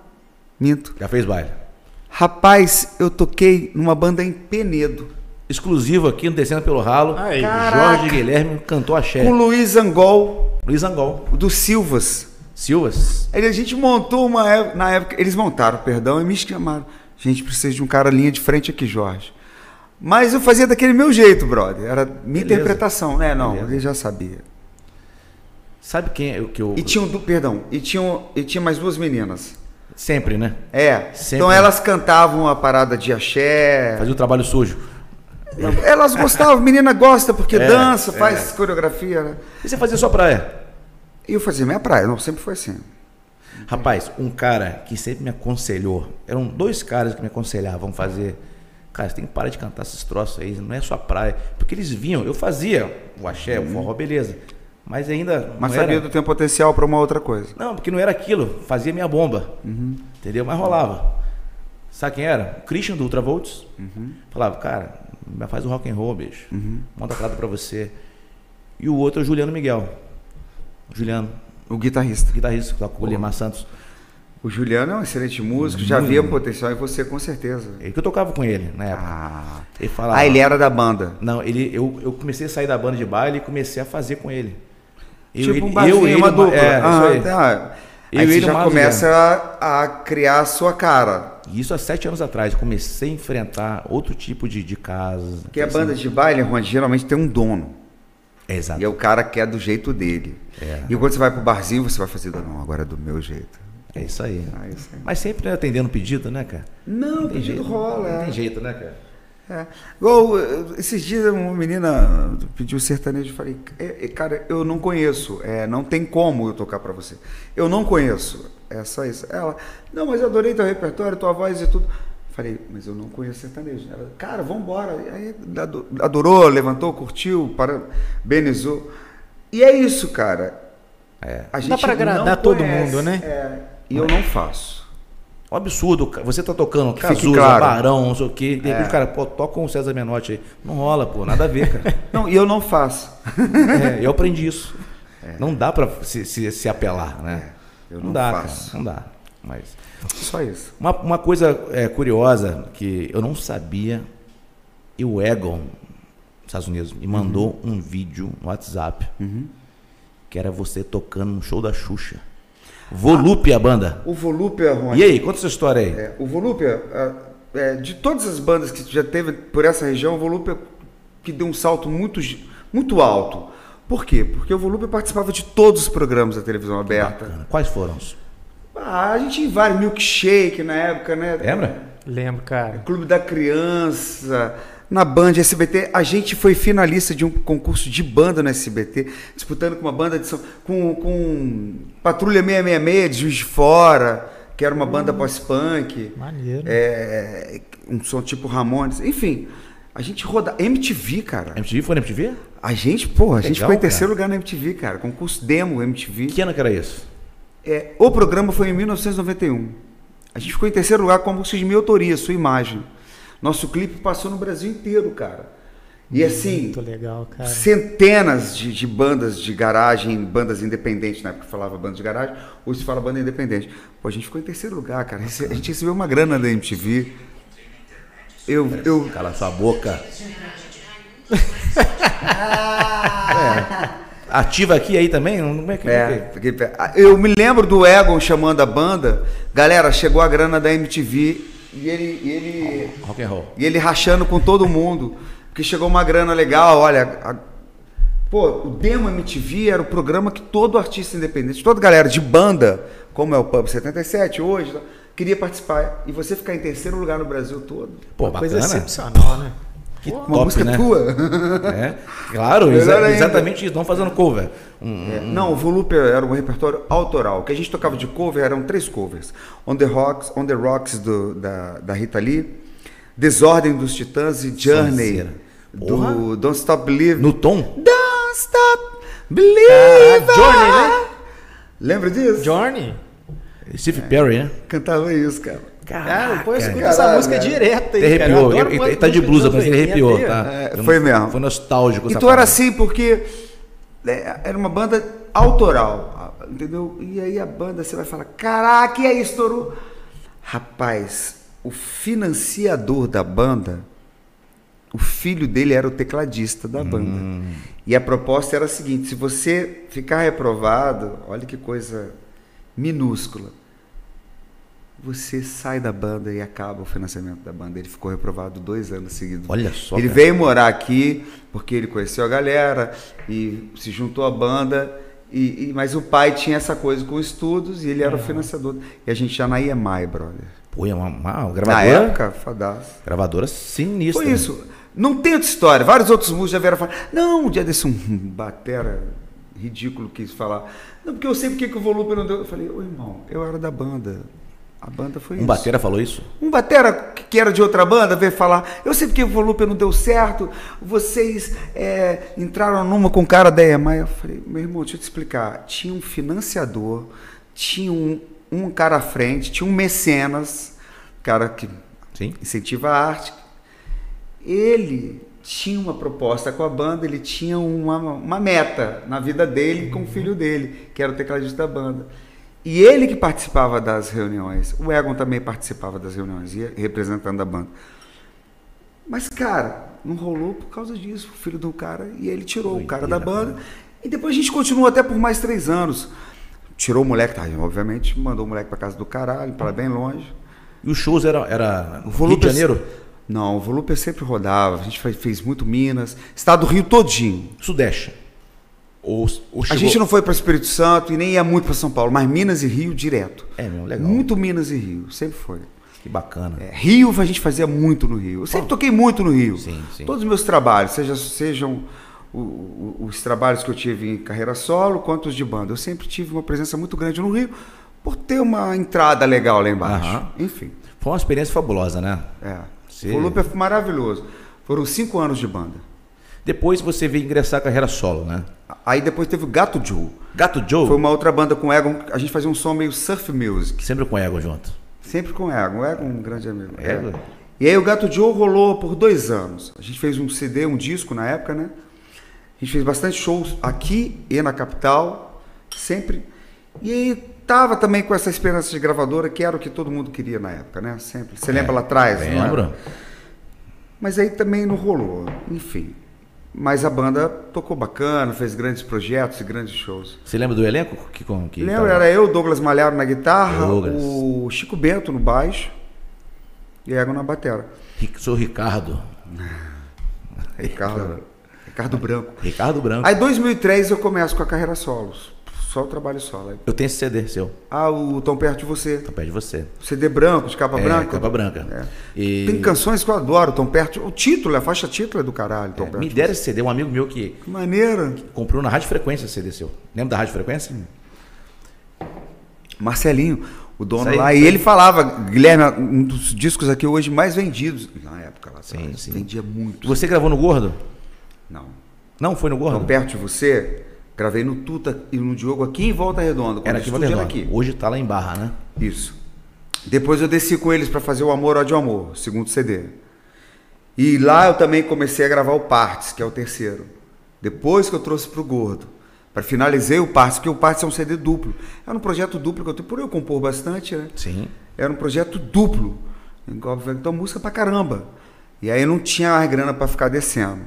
Minto.
Já fez baile.
Rapaz, eu toquei numa banda em Penedo.
Exclusivo aqui no Descendo pelo Ralo.
Aí.
Jorge
Caraca.
Guilherme cantou axé.
Com o Luiz Angol,
Luiz Angol.
do Silvas.
Silvas.
Aí a gente montou uma época, na época, eles montaram, perdão, e me chamaram. Gente, precisa de um cara linha de frente aqui, Jorge. Mas eu fazia daquele meu jeito, brother. Era minha
Beleza.
interpretação, né? Não,
Beleza.
ele já sabia.
Sabe quem é o que eu.
E tinha um, du- perdão, e tinha, um- e tinha mais duas meninas.
Sempre, né?
É.
Sempre.
Então elas cantavam a parada de axé.
Fazia o trabalho sujo.
Elas gostavam, menina gosta porque
É,
dança, faz coreografia, né?
E você fazia sua praia?
E eu fazia minha praia, não, sempre foi assim.
Rapaz, um cara que sempre me aconselhou. Eram dois caras que me aconselhavam fazer. Cara, você tem que parar de cantar esses troços aí, não é sua praia. Porque eles vinham, eu fazia o axé, o forró, beleza. Mas ainda.
Uhum. Mas
não era-
sabia do teu potencial pra uma outra coisa.
Não, porque não era aquilo. Fazia minha bomba.
Uhum.
Entendeu? Mas rolava. Sabe quem era? O Christian do Ultravolts.
Uhum.
Falava, cara, faz o rock and roll, bicho. Monta a parada pra você. E o outro é o Juliano Miguel. Juliano,
O guitarrista.
guitarrista que toca com o Limar Santos.
O Juliano é um excelente músico, já via potencial em você, com certeza.
É que eu tocava com ele na época.
Ah,
Ele falava.
ah ele era da banda.
Não, ele, eu, eu comecei a sair da banda de baile e comecei a fazer com ele. Eu,
tipo um
ele-
barzinho,
eu, ele,
uma dupla.
É, isso
ah,
aí.
tá.
Eu,
Aí você
ele,
já
uma
começa a, a criar a sua cara.
E Isso há sete anos atrás. Eu comecei a enfrentar outro tipo de, de casas.
Porque é a banda de baile, Juan, geralmente tem um dono.
Exato.
E é o cara que é do jeito dele.
É.
E quando você vai pro barzinho, você vai fazer, não, agora é do meu jeito.
É isso aí.
Ah, isso aí.
Mas sempre atendendo pedido, né, cara?
Não, o pedido rola.
Não
é.
tem jeito, né, cara?
É. Igual, eh, esses dias uma menina pediu sertanejo, eu falei, "É, é, cara, eu não conheço, é, não tem como eu tocar pra você. Eu não conheço. É só isso. Ela, não, mas eu adorei teu repertório, tua voz e tudo. Eu Falei, mas eu não conheço sertanejo. Ela, cara, vambora. Aí ado- adorou, levantou, curtiu, parabenizou. E é isso, cara.
É.
A gente
pra agradar
não
todo
conhece,
mundo, né?
é, e eu não faço.
Um absurdo. cara. Você tá tocando
Fique
Cazuza,
claro. É.
Barão, não sei o quê. De repente, cara, pô, toca um César Menotti aí. Não rola, pô. Nada a ver, cara.
Não, e eu não faço.
É, eu aprendi isso. Não dá pra se, se, se apelar, né?
É, eu não
dá,
faço.
cara. Não dá. Mas...
Só isso.
Uma, uma coisa é, curiosa que eu não sabia, e o Egon, dos Estados Unidos, me mandou
Uhum.
um vídeo no WhatsApp que era você tocando um show da Xuxa. Volupe a banda.
O é Volúpia, Rony.
E aí, conta essa história aí.
É, o Volúpia, é, é, de todas as bandas que já teve por essa região, o Volúpia que deu um salto muito, gi- muito alto. Por quê? Porque o Volúpia participava de todos os programas da televisão aberta.
Quais foram? os-
Ah, a gente vai milkshake na época, né?
Lembra?
Lembro, cara.
Clube da Criança, na Band SBT. A gente foi finalista de um concurso de banda no SBT, disputando com uma banda de São, com, com Patrulha 666 de Juiz de Fora, que era uma banda pós-punk.
Maneiro.
É, um som tipo Ramones, enfim. A gente roda MTV, cara.
MTV? Foi na MTV?
A gente, porra, a gente
Legal,
foi em
cara.
terceiro lugar na MTV, cara. Concurso demo MTV.
Que ano que era isso?
É, o programa foi em 1991. A gente ficou em terceiro lugar com a música de minha autoria, sua imagem. Nosso clipe passou no Brasil inteiro, cara. E assim,
Muito legal, cara.
centenas de, de bandas de garagem, bandas independentes, na época falava banda de garagem, hoje se fala banda independente. Pô, a gente ficou em terceiro lugar, cara. Rece- A gente recebeu uma grana da MTV. Eu, eu,
Cala sua boca. É. Ativa aqui aí também? Não- Como é que
É, fiquei pe- Ah, eu me lembro do Egon chamando a banda. Galera, chegou a grana da MTV. E ele, e ele,
Rock and roll.
e ele rachando com todo mundo, porque chegou uma grana legal, olha. a- Pô, o Demo MTV era o programa que todo artista independente, toda galera de banda, como é o Pub 77 hoje, tá, queria participar. E você ficar em terceiro lugar no Brasil todo.
Pô,
Uma coisa
bacana.
excepcional, né?
que
Uma
top,
música
né?
tua.
É, claro,
Melhor
exa-
ainda.
exatamente isso. Não fazendo cover. Um-
É, não, o Volupe era um repertório autoral. O que a gente tocava de cover eram três covers: On the Rocks, On the Rocks do- da, da Rita Lee, Desordem dos Titãs e Journey
Sonzeira. Porra.
do Don't Stop Believing.
no tom?
Don't Stop Believing.
Caraca, Journey, né?
Lembra disso?
Johnny.
Steve Perry, né?
Cantava isso, cara.
Cara, pô, eu escuto
Caraca,
essa
cara.
música direto aí,
Ele
cara. Eu
arrepiou.
adoro
Ele-
quando
ele tá de
música
blusa,
dos
mas ele
80,
arrepiou,
aí, ó.
tá?
É,
Eu não-
foi mesmo.
Foi nostálgico
E
essa
tu era
parada.
assim porque né, era uma banda autoral, a- entendeu? E aí a banda você vai falar, caraca, e aí estourou. Rapaz, o financiador da banda, o filho dele era o tecladista da banda. E a proposta era a seguinte: se você ficar reprovado, olha que coisa minúscula. Você sai da banda e acaba o financiamento da banda. Ele ficou reprovado dois anos seguidos.
Olha só,
Ele
cara.
veio morar aqui porque ele conheceu a galera e se juntou à banda. E, e- mas o pai tinha essa coisa com estudos e ele era o financiador. E a gente já na EMI, brother.
Pô, é uma, uma
Na
gravadora. né?
época, fadaço.
Gravadora sinistra.
Foi isso. Não tem outra história. Vários outros músicos já vieram falar. Não, um dia desse um batera ridículo quis falar. Não, porque eu sei porque que o volume não deu. Eu falei, ô irmão, eu era da banda. A banda foi
Um
isso.
batera falou isso?
Um batera que que era de outra banda veio falar: Eu sei porque o Volupe não deu certo, vocês é, entraram numa com o cara da EMAI. Eu falei: Meu irmão, deixa eu te explicar. Tinha um financiador, tinha um, um cara à frente, tinha um mecenas, cara que
Sim.
incentiva a arte. Ele tinha uma proposta com a banda, ele tinha uma, uma meta na vida dele
Uhum.
com o filho dele, que era o tecladista da banda. E ele que participava das reuniões, o Egon também participava das reuniões, ia representando a banda. Mas, cara, não rolou por causa disso, o filho do cara, e ele tirou o cara da
Doideira,
banda. E depois a gente continuou até por mais três anos. Tirou o moleque, tá, obviamente, mandou o moleque pra casa do caralho, pra bem longe.
E os shows era, era
O
Rio de
Volupe-
Janeiro,
Não, o Volupe sempre rodava. A gente fe- fez muito Minas, estado do Rio todinho.
Sudeste. Ou, ou
A
chegou-
gente não foi para Espírito Santo e nem ia muito para São Paulo, mas Minas e Rio direto.
É mesmo, legal.
Muito Minas e Rio, sempre foi.
Que bacana.
É, Rio a gente fazia muito no Rio. Eu sempre toquei muito no Rio.
Sim, sim.
Todos os meus trabalhos, seja, sejam o- o- os trabalhos que eu tive em carreira solo, quanto os de banda. Eu sempre tive uma presença muito grande no Rio por ter uma entrada legal lá embaixo.
Aham.
Enfim.
Foi uma experiência fabulosa, né?
É.
Sim.
O Volupe é maravilhoso. Foram cinco anos de banda.
Depois você veio ingressar a carreira solo, né?
Aí depois teve o Gato Joe.
Gato Joe,
Foi uma outra banda com o Egon. A gente fazia um som meio surf music.
sempre com ego junto.
Sempre com o Egon. O Egon é um grande amigo.
Egon.
E aí o Gato Joe rolou por dois anos. A gente fez um CD, um disco na época, né? A gente fez bastante shows aqui e na capital. Sempre. E aí tava também com essa esperança de gravadora, que era o que todo mundo queria na época, né? Sempre. Você lembra lá atrás? não era?
Lembro.
Mas aí também não rolou, enfim. Mas a banda tocou bacana, fez grandes projetos e grandes shows.
Você lembra do elenco? Que, com, que
Lembra?
tava-
Era eu, Douglas Malharo na guitarra,
Douglas.
o Chico Bento no baixo e Ego na batera.
Ri- Sou Ricardo.
Ricardo, Ricardo Branco.
Ricardo Branco.
Aí em 2003 eu começo com a carreira solos, só o trabalho solo. Aí,
Eu tenho esse CD seu,
Ah, o Tão Perto de Você,
tô perto de você.
CD branco, de capa
É,
branca.
capa branca.
É.
E-
Tem canções que eu adoro, Tão Perto. O título, a faixa título é do caralho, Tão
É,
Perto.
me
de
deram esse CD, um amigo meu que
Você. Que maneira.
comprou na Rádio Frequência esse CD seu. Lembra da Rádio Frequência?
Marcelinho, o dono
Isso aí,
lá,
isso
e
aí.
ele falava, Guilherme, um dos discos aqui hoje mais vendidos. Na época lá,
Sim,
atrás,
sim.
vendia muito.
Você gravou no Gordo?
Não.
Não, foi no Gordo?
Tão perto de você, gravei no Tuta e no Diogo aqui em Volta Redonda. quando
Era
o
aqui,
estúdio
Valderlando.
aqui.
Hoje tá lá em Barra, né?
Isso. Depois eu desci com eles para fazer o Amor, Ódio Amor, segundo CD. E lá eu também comecei a gravar o Partes, que é o terceiro. Depois que eu trouxe pro Gordo. Para finalizei o Partes, porque o Partes é um CD duplo. Era um projeto duplo que eu tenho, por eu compor bastante, né?
Sim.
Era um projeto duplo. Então, música pra caramba. E aí não tinha mais grana pra ficar descendo.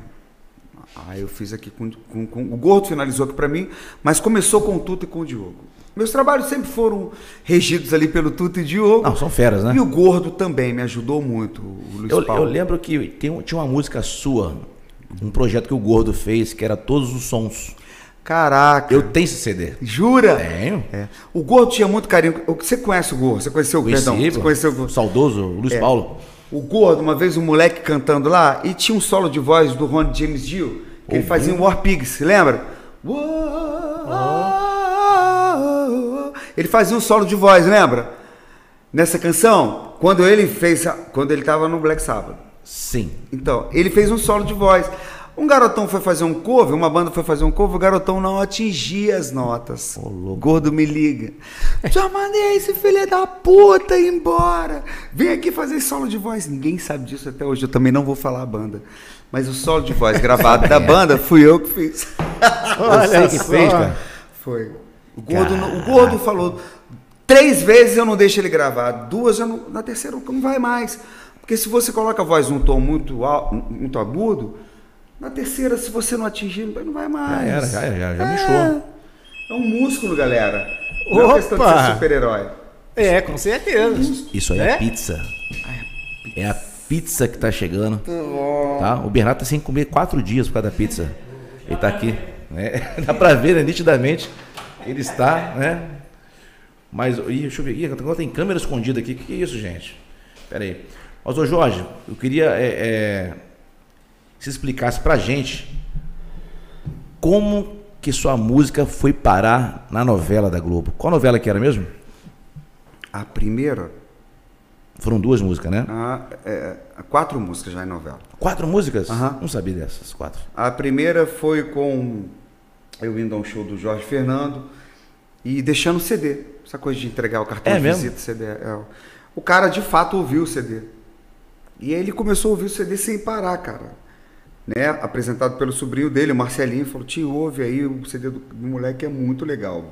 Aí eu fiz aqui com, com- com- O Gordo finalizou aqui pra mim, mas começou com o Tuta e com o Diogo. Meus trabalhos sempre foram regidos ali pelo Tuto e Diogo.
Não, são feras, né?
E o Gordo também me ajudou muito, o Luiz
Eu, eu
Paulo.
lembro que tem um- tinha uma música sua, um projeto que o Gordo fez, que era Todos os Sons.
Caraca.
Eu tenho esse CD.
Jura?
Tenho.
É. O Gordo tinha muito carinho. O- Você conhece o Gordo? Você conheceu o
Conheci,
Perdão, você
pô.
conheceu o Gordo? É.
saudoso Luiz Paulo.
O Gordo, uma vez um moleque cantando lá, e tinha um solo de voz do Ron James Dio, que ele fazia um War Pigs, lembra? Ele fazia um solo de voz, lembra? Nessa canção, quando ele fez, a- quando ele tava no Black Sabbath.
Sim.
Então, ele fez um solo de voz. Um garotão foi fazer um cover, uma banda foi fazer um cover, o garotão não atingia as notas. O Gordo me liga. Já mandei esse filho da puta ir embora. Vem aqui fazer solo de voz. Ninguém sabe disso até hoje, eu também não vou falar a banda. Mas o solo de voz gravado da banda fui eu que fiz.
eu sei que fez, cara.
Foi. O gordo, não- o gordo falou. Três vezes eu não deixo ele gravar. Duas, eu não, na terceira eu não vai mais. Porque se você coloca a voz num tom muito, al- muito agudo, na terceira, se você não atingir, não vai mais.
Já era, já era, já- já
é.
mexeu.
É um músculo, galera. Não é uma questão de
Opa!
ser super-herói.
É, com certeza.
Isso aí é,
É?
pizza. É a pizza que tá chegando. Tá? O Bernardo tá sem comer quatro dias por causa da pizza. Ele tá aqui. Né? Dá pra ver, né? Nitidamente. Ele está, né? Mas, ih, deixa eu ver. Ih, agora tem câmera escondida aqui. Que que é isso, gente? Pera aí. Mas, ô Jorge, eu queria é, é, que você explicasse pra gente como que sua música foi parar na novela da Globo. Qual novela que era mesmo?
A primeira,
Foram duas músicas, né?
ah, é, quatro músicas já em novela.
Quatro músicas?
Aham.
Não sabia dessas quatro.
A primeira foi com eu indo a um show do Jorge Fernando e deixando o CD. Essa coisa de entregar o cartão
É
de
mesmo?
visita, CD. é. O cara de fato ouviu o CD. E aí ele começou a ouvir o CD sem parar, cara. Né? Apresentado pelo sobrinho dele, o Marcelinho, falou: Tio, ouve aí o CD do, do moleque é muito legal.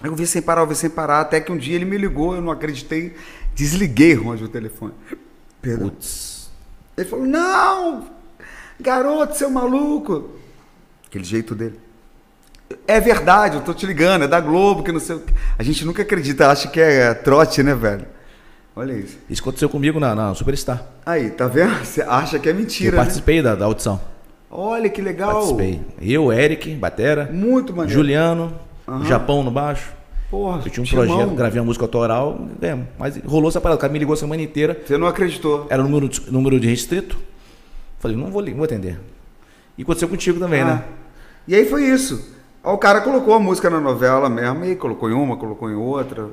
Aí Eu vi sem parar, ouvi sem parar, até que um dia ele me ligou, eu não acreditei, desliguei Ronde o telefone. Perdão.
Putz.
Ele falou: Não, garoto, seu maluco. Aquele jeito dele. É verdade, eu tô te ligando, é da Globo, que não sei o quê. A gente nunca acredita, acha que é trote, né, velho? Olha isso.
Isso aconteceu comigo na, na Superstar.
Aí, tá vendo? Você acha que é
eu
mentira, né?
participei da, da audição.
Olha que legal.
Participei. Eu, Eric, Batera,
Muito maneiro.
Juliano,
Aham.
Japão no baixo.
Porra,
Eu tinha um
timão.
projeto, gravei uma música autoral, ganhamos. Mas rolou essa parada. O cara me ligou a semana inteira.
Você não acreditou.
Era número, de- número de restrito. Falei, não vou, li- não vou atender. E aconteceu contigo também,
Ah,
né?
E aí foi isso. Aí O cara colocou a música na novela mesmo, e aí colocou em uma, colocou em outra.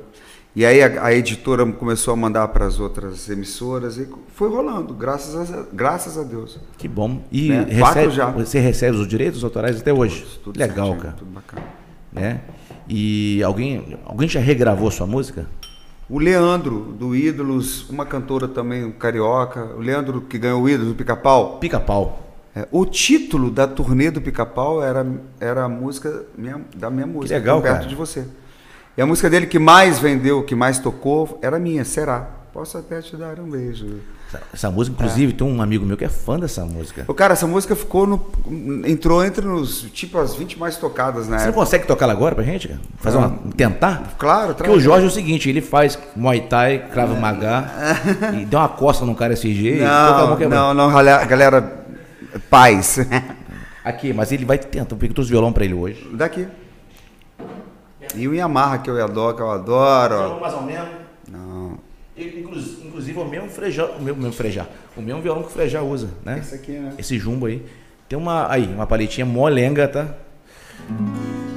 E aí a, a editora começou a mandar para as outras emissoras e foi rolando, graças a, graças a Deus.
Que bom. E
Né?
recebe,
Quatro já.
você recebe os direitos autorais até hoje.
Tudo
Legal,
certinho,
cara.
Tudo bacana.
Né? E alguém, alguém já regravou sua música?
O Leandro, do Ídolos, uma cantora também, um carioca. O Leandro que ganhou o Ídolos, do Pica-Pau.
Pica-pau.
É, o título da turnê do Pica-Pau era, era a música minha- da minha música,
legal,
Tão perto
cara.
de você. E a música dele que mais vendeu, que mais tocou, era minha, será? Posso até te dar um beijo.
Essa, essa música, inclusive, tem um amigo meu que é fã dessa música.
O cara, essa música ficou no- entrou entre os tipo as 20 mais tocadas na
Você não
época.
consegue tocar ela agora pra gente, cara? Fazer uma. Tentar?
Claro,
Porque
traz.
o Jorge é o seguinte, ele faz Muay Thai, Krav Maga, e deu uma costa num cara esse jeito, toca a mão
É. Não,
então quebrando.
não, não, galera, galera, paz.
Aqui, mas ele vai tentar, porque eu trouxe violão pra ele hoje.
Daqui. E o Yamaha que eu adoro, que eu adoro.
mais ou menos.
Não.
Inclusive, o mesmo frejar, o mesmo, mesmo frejar, o mesmo violão que o frejar usa, né?
Esse aqui, né?
Esse jumbo aí. Tem uma, aí, uma paletinha molenga, tá?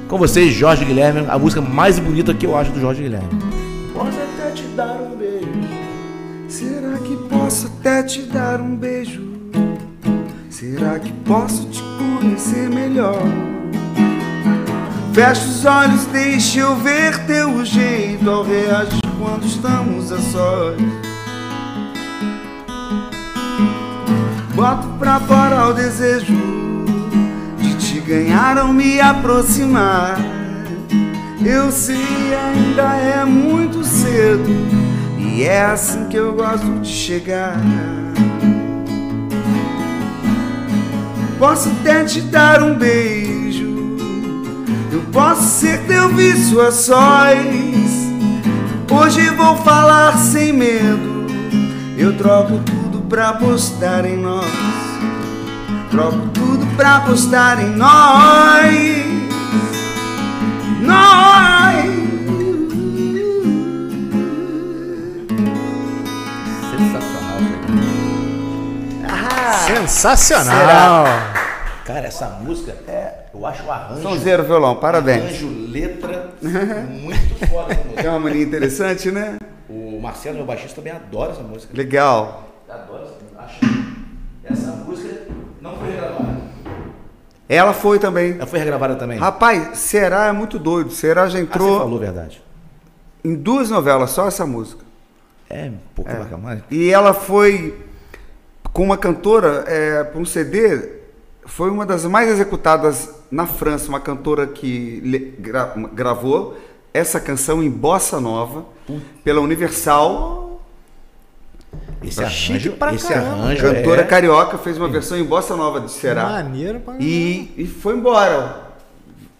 Com vocês, Jorge Guilherme, a música mais bonita que eu acho do Jorge Guilherme.
Posso até te dar um beijo. Será que posso até te dar um beijo? Será que posso te conhecer melhor? Fecha os olhos, deixa eu ver teu jeito ao reagir quando estamos a sós. Boto pra fora o desejo de te ganhar ou me aproximar. Eu sei, ainda é muito cedo e é assim que eu gosto de chegar. Posso até te dar um beijo, eu posso. Você teu vício a sóis. Hoje vou falar sem medo. Eu troco tudo pra apostar em nós. Troco tudo pra apostar em nós. Nós.
Sensacional, velho. Ah.
Sensacional.
Cara, essa música, é, eu acho o arranjo.
Sonzeiro, violão, parabéns.
Arranjo, letra, muito foda essa
É
música.
uma mania interessante, né?
O Marcelo, meu baixista, também adora essa música.
Legal.
Adoro essa acho. Essa música não foi regravada.
Ela foi também.
Ela foi regravada também?
Rapaz, Será é muito doido. Será já
Ah, você
entrou
falou a verdade.
em duas novelas, só essa música.
É, um pouco é. bacana.
E ela foi com uma cantora é, para um CD, foi uma das mais executadas na França, uma cantora que le- gra- gravou essa canção em bossa nova pela Universal.
Esse
Tá
arranjo,
chique pra
esse
caramba.
arranjo
Cantora
é...
carioca fez uma versão em bossa nova de Será
Maneiro pra
e, e foi embora.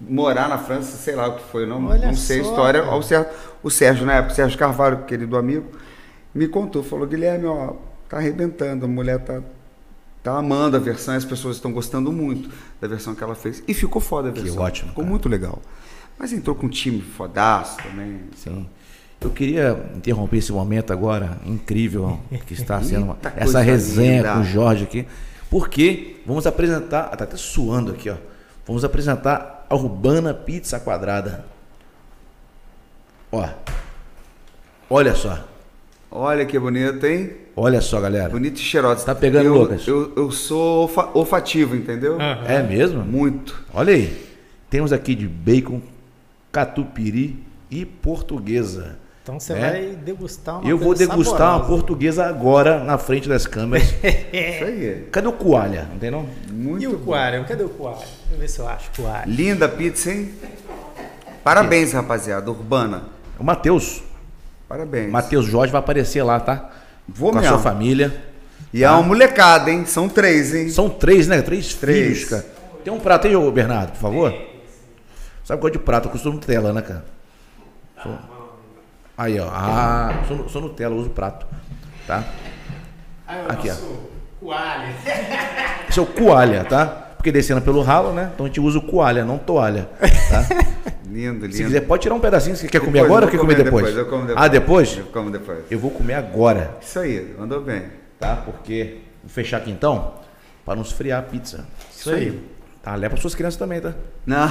Morar na França, sei lá o que foi, não,
Olha
não sei a
só,
história.
cara.
Ao certo, o Sérgio, na época, o Sérgio Carvalho, querido amigo, me contou, falou, Guilherme, ó, tá arrebentando, a mulher tá, tá amando a versão, as pessoas estão gostando muito da versão que ela fez. E ficou foda a
Que
versão.
ótimo,
Ficou
cara.
muito legal. Mas entrou com um time fodaço também.
Sim. Eu queria interromper esse momento agora, incrível, que está sendo uma-
Eita coisa
essa resenha
linda.
com o Jorge aqui, porque vamos apresentar, tá até suando aqui, ó. Vamos apresentar a Urbana Pizza Quadrada. Ó. Olha só.
Olha que bonito, hein?
Olha só, galera.
Bonito e cheirosa.
Tá pegando,
eu,
Lucas?
Eu, eu sou olfa- olfativo, entendeu?
Ah.
É mesmo?
Muito.
Olha aí. Temos aqui de bacon, catupiry e portuguesa.
Então você
né?
vai degustar uma
Eu vou
coisa
degustar uma
saborosa.
portuguesa agora na frente das câmeras.
Isso aí.
Cadê o coalha? Não tem não?
Muito
É. E o coalho? Cadê o coalho? Deixa eu ver se eu acho o coalho.
Linda pizza, hein? Parabéns, rapaziada. Urbana.
É O Matheus.
Parabéns.
Matheus Jorge vai aparecer lá, tá?
Vou
Com a
mesmo.
sua família.
E
Ah.
é uma molecada, hein? São três, hein?
São três, né? Três, filhos,
Três.
cara. Tem um prato aí, ô Bernardo, por favor? Sabe qual é de prato? Eu costumo Nutella, né, cara? Sou- Aí, ó. Ah, sou, nu- sou Nutella, uso prato. Tá? Aqui, ó. Esse é o coalha, tá? Porque descendo pelo ralo, né? Então a gente usa o coalha, não toalha. Tá?
Lindo, lindo.
Se quiser, pode tirar um pedacinho. Você quer comer
Depois,
agora
eu
ou quer
vou
comer
comer
depois?
depois, eu como
Ah,
depois.
depois?
Eu como depois.
Eu vou comer agora,
Isso aí, mandou bem.
tá? Porque. Vou fechar aqui então, pra não esfriar a pizza.
Isso aí.
Tá, leva para suas crianças também, tá?
Não.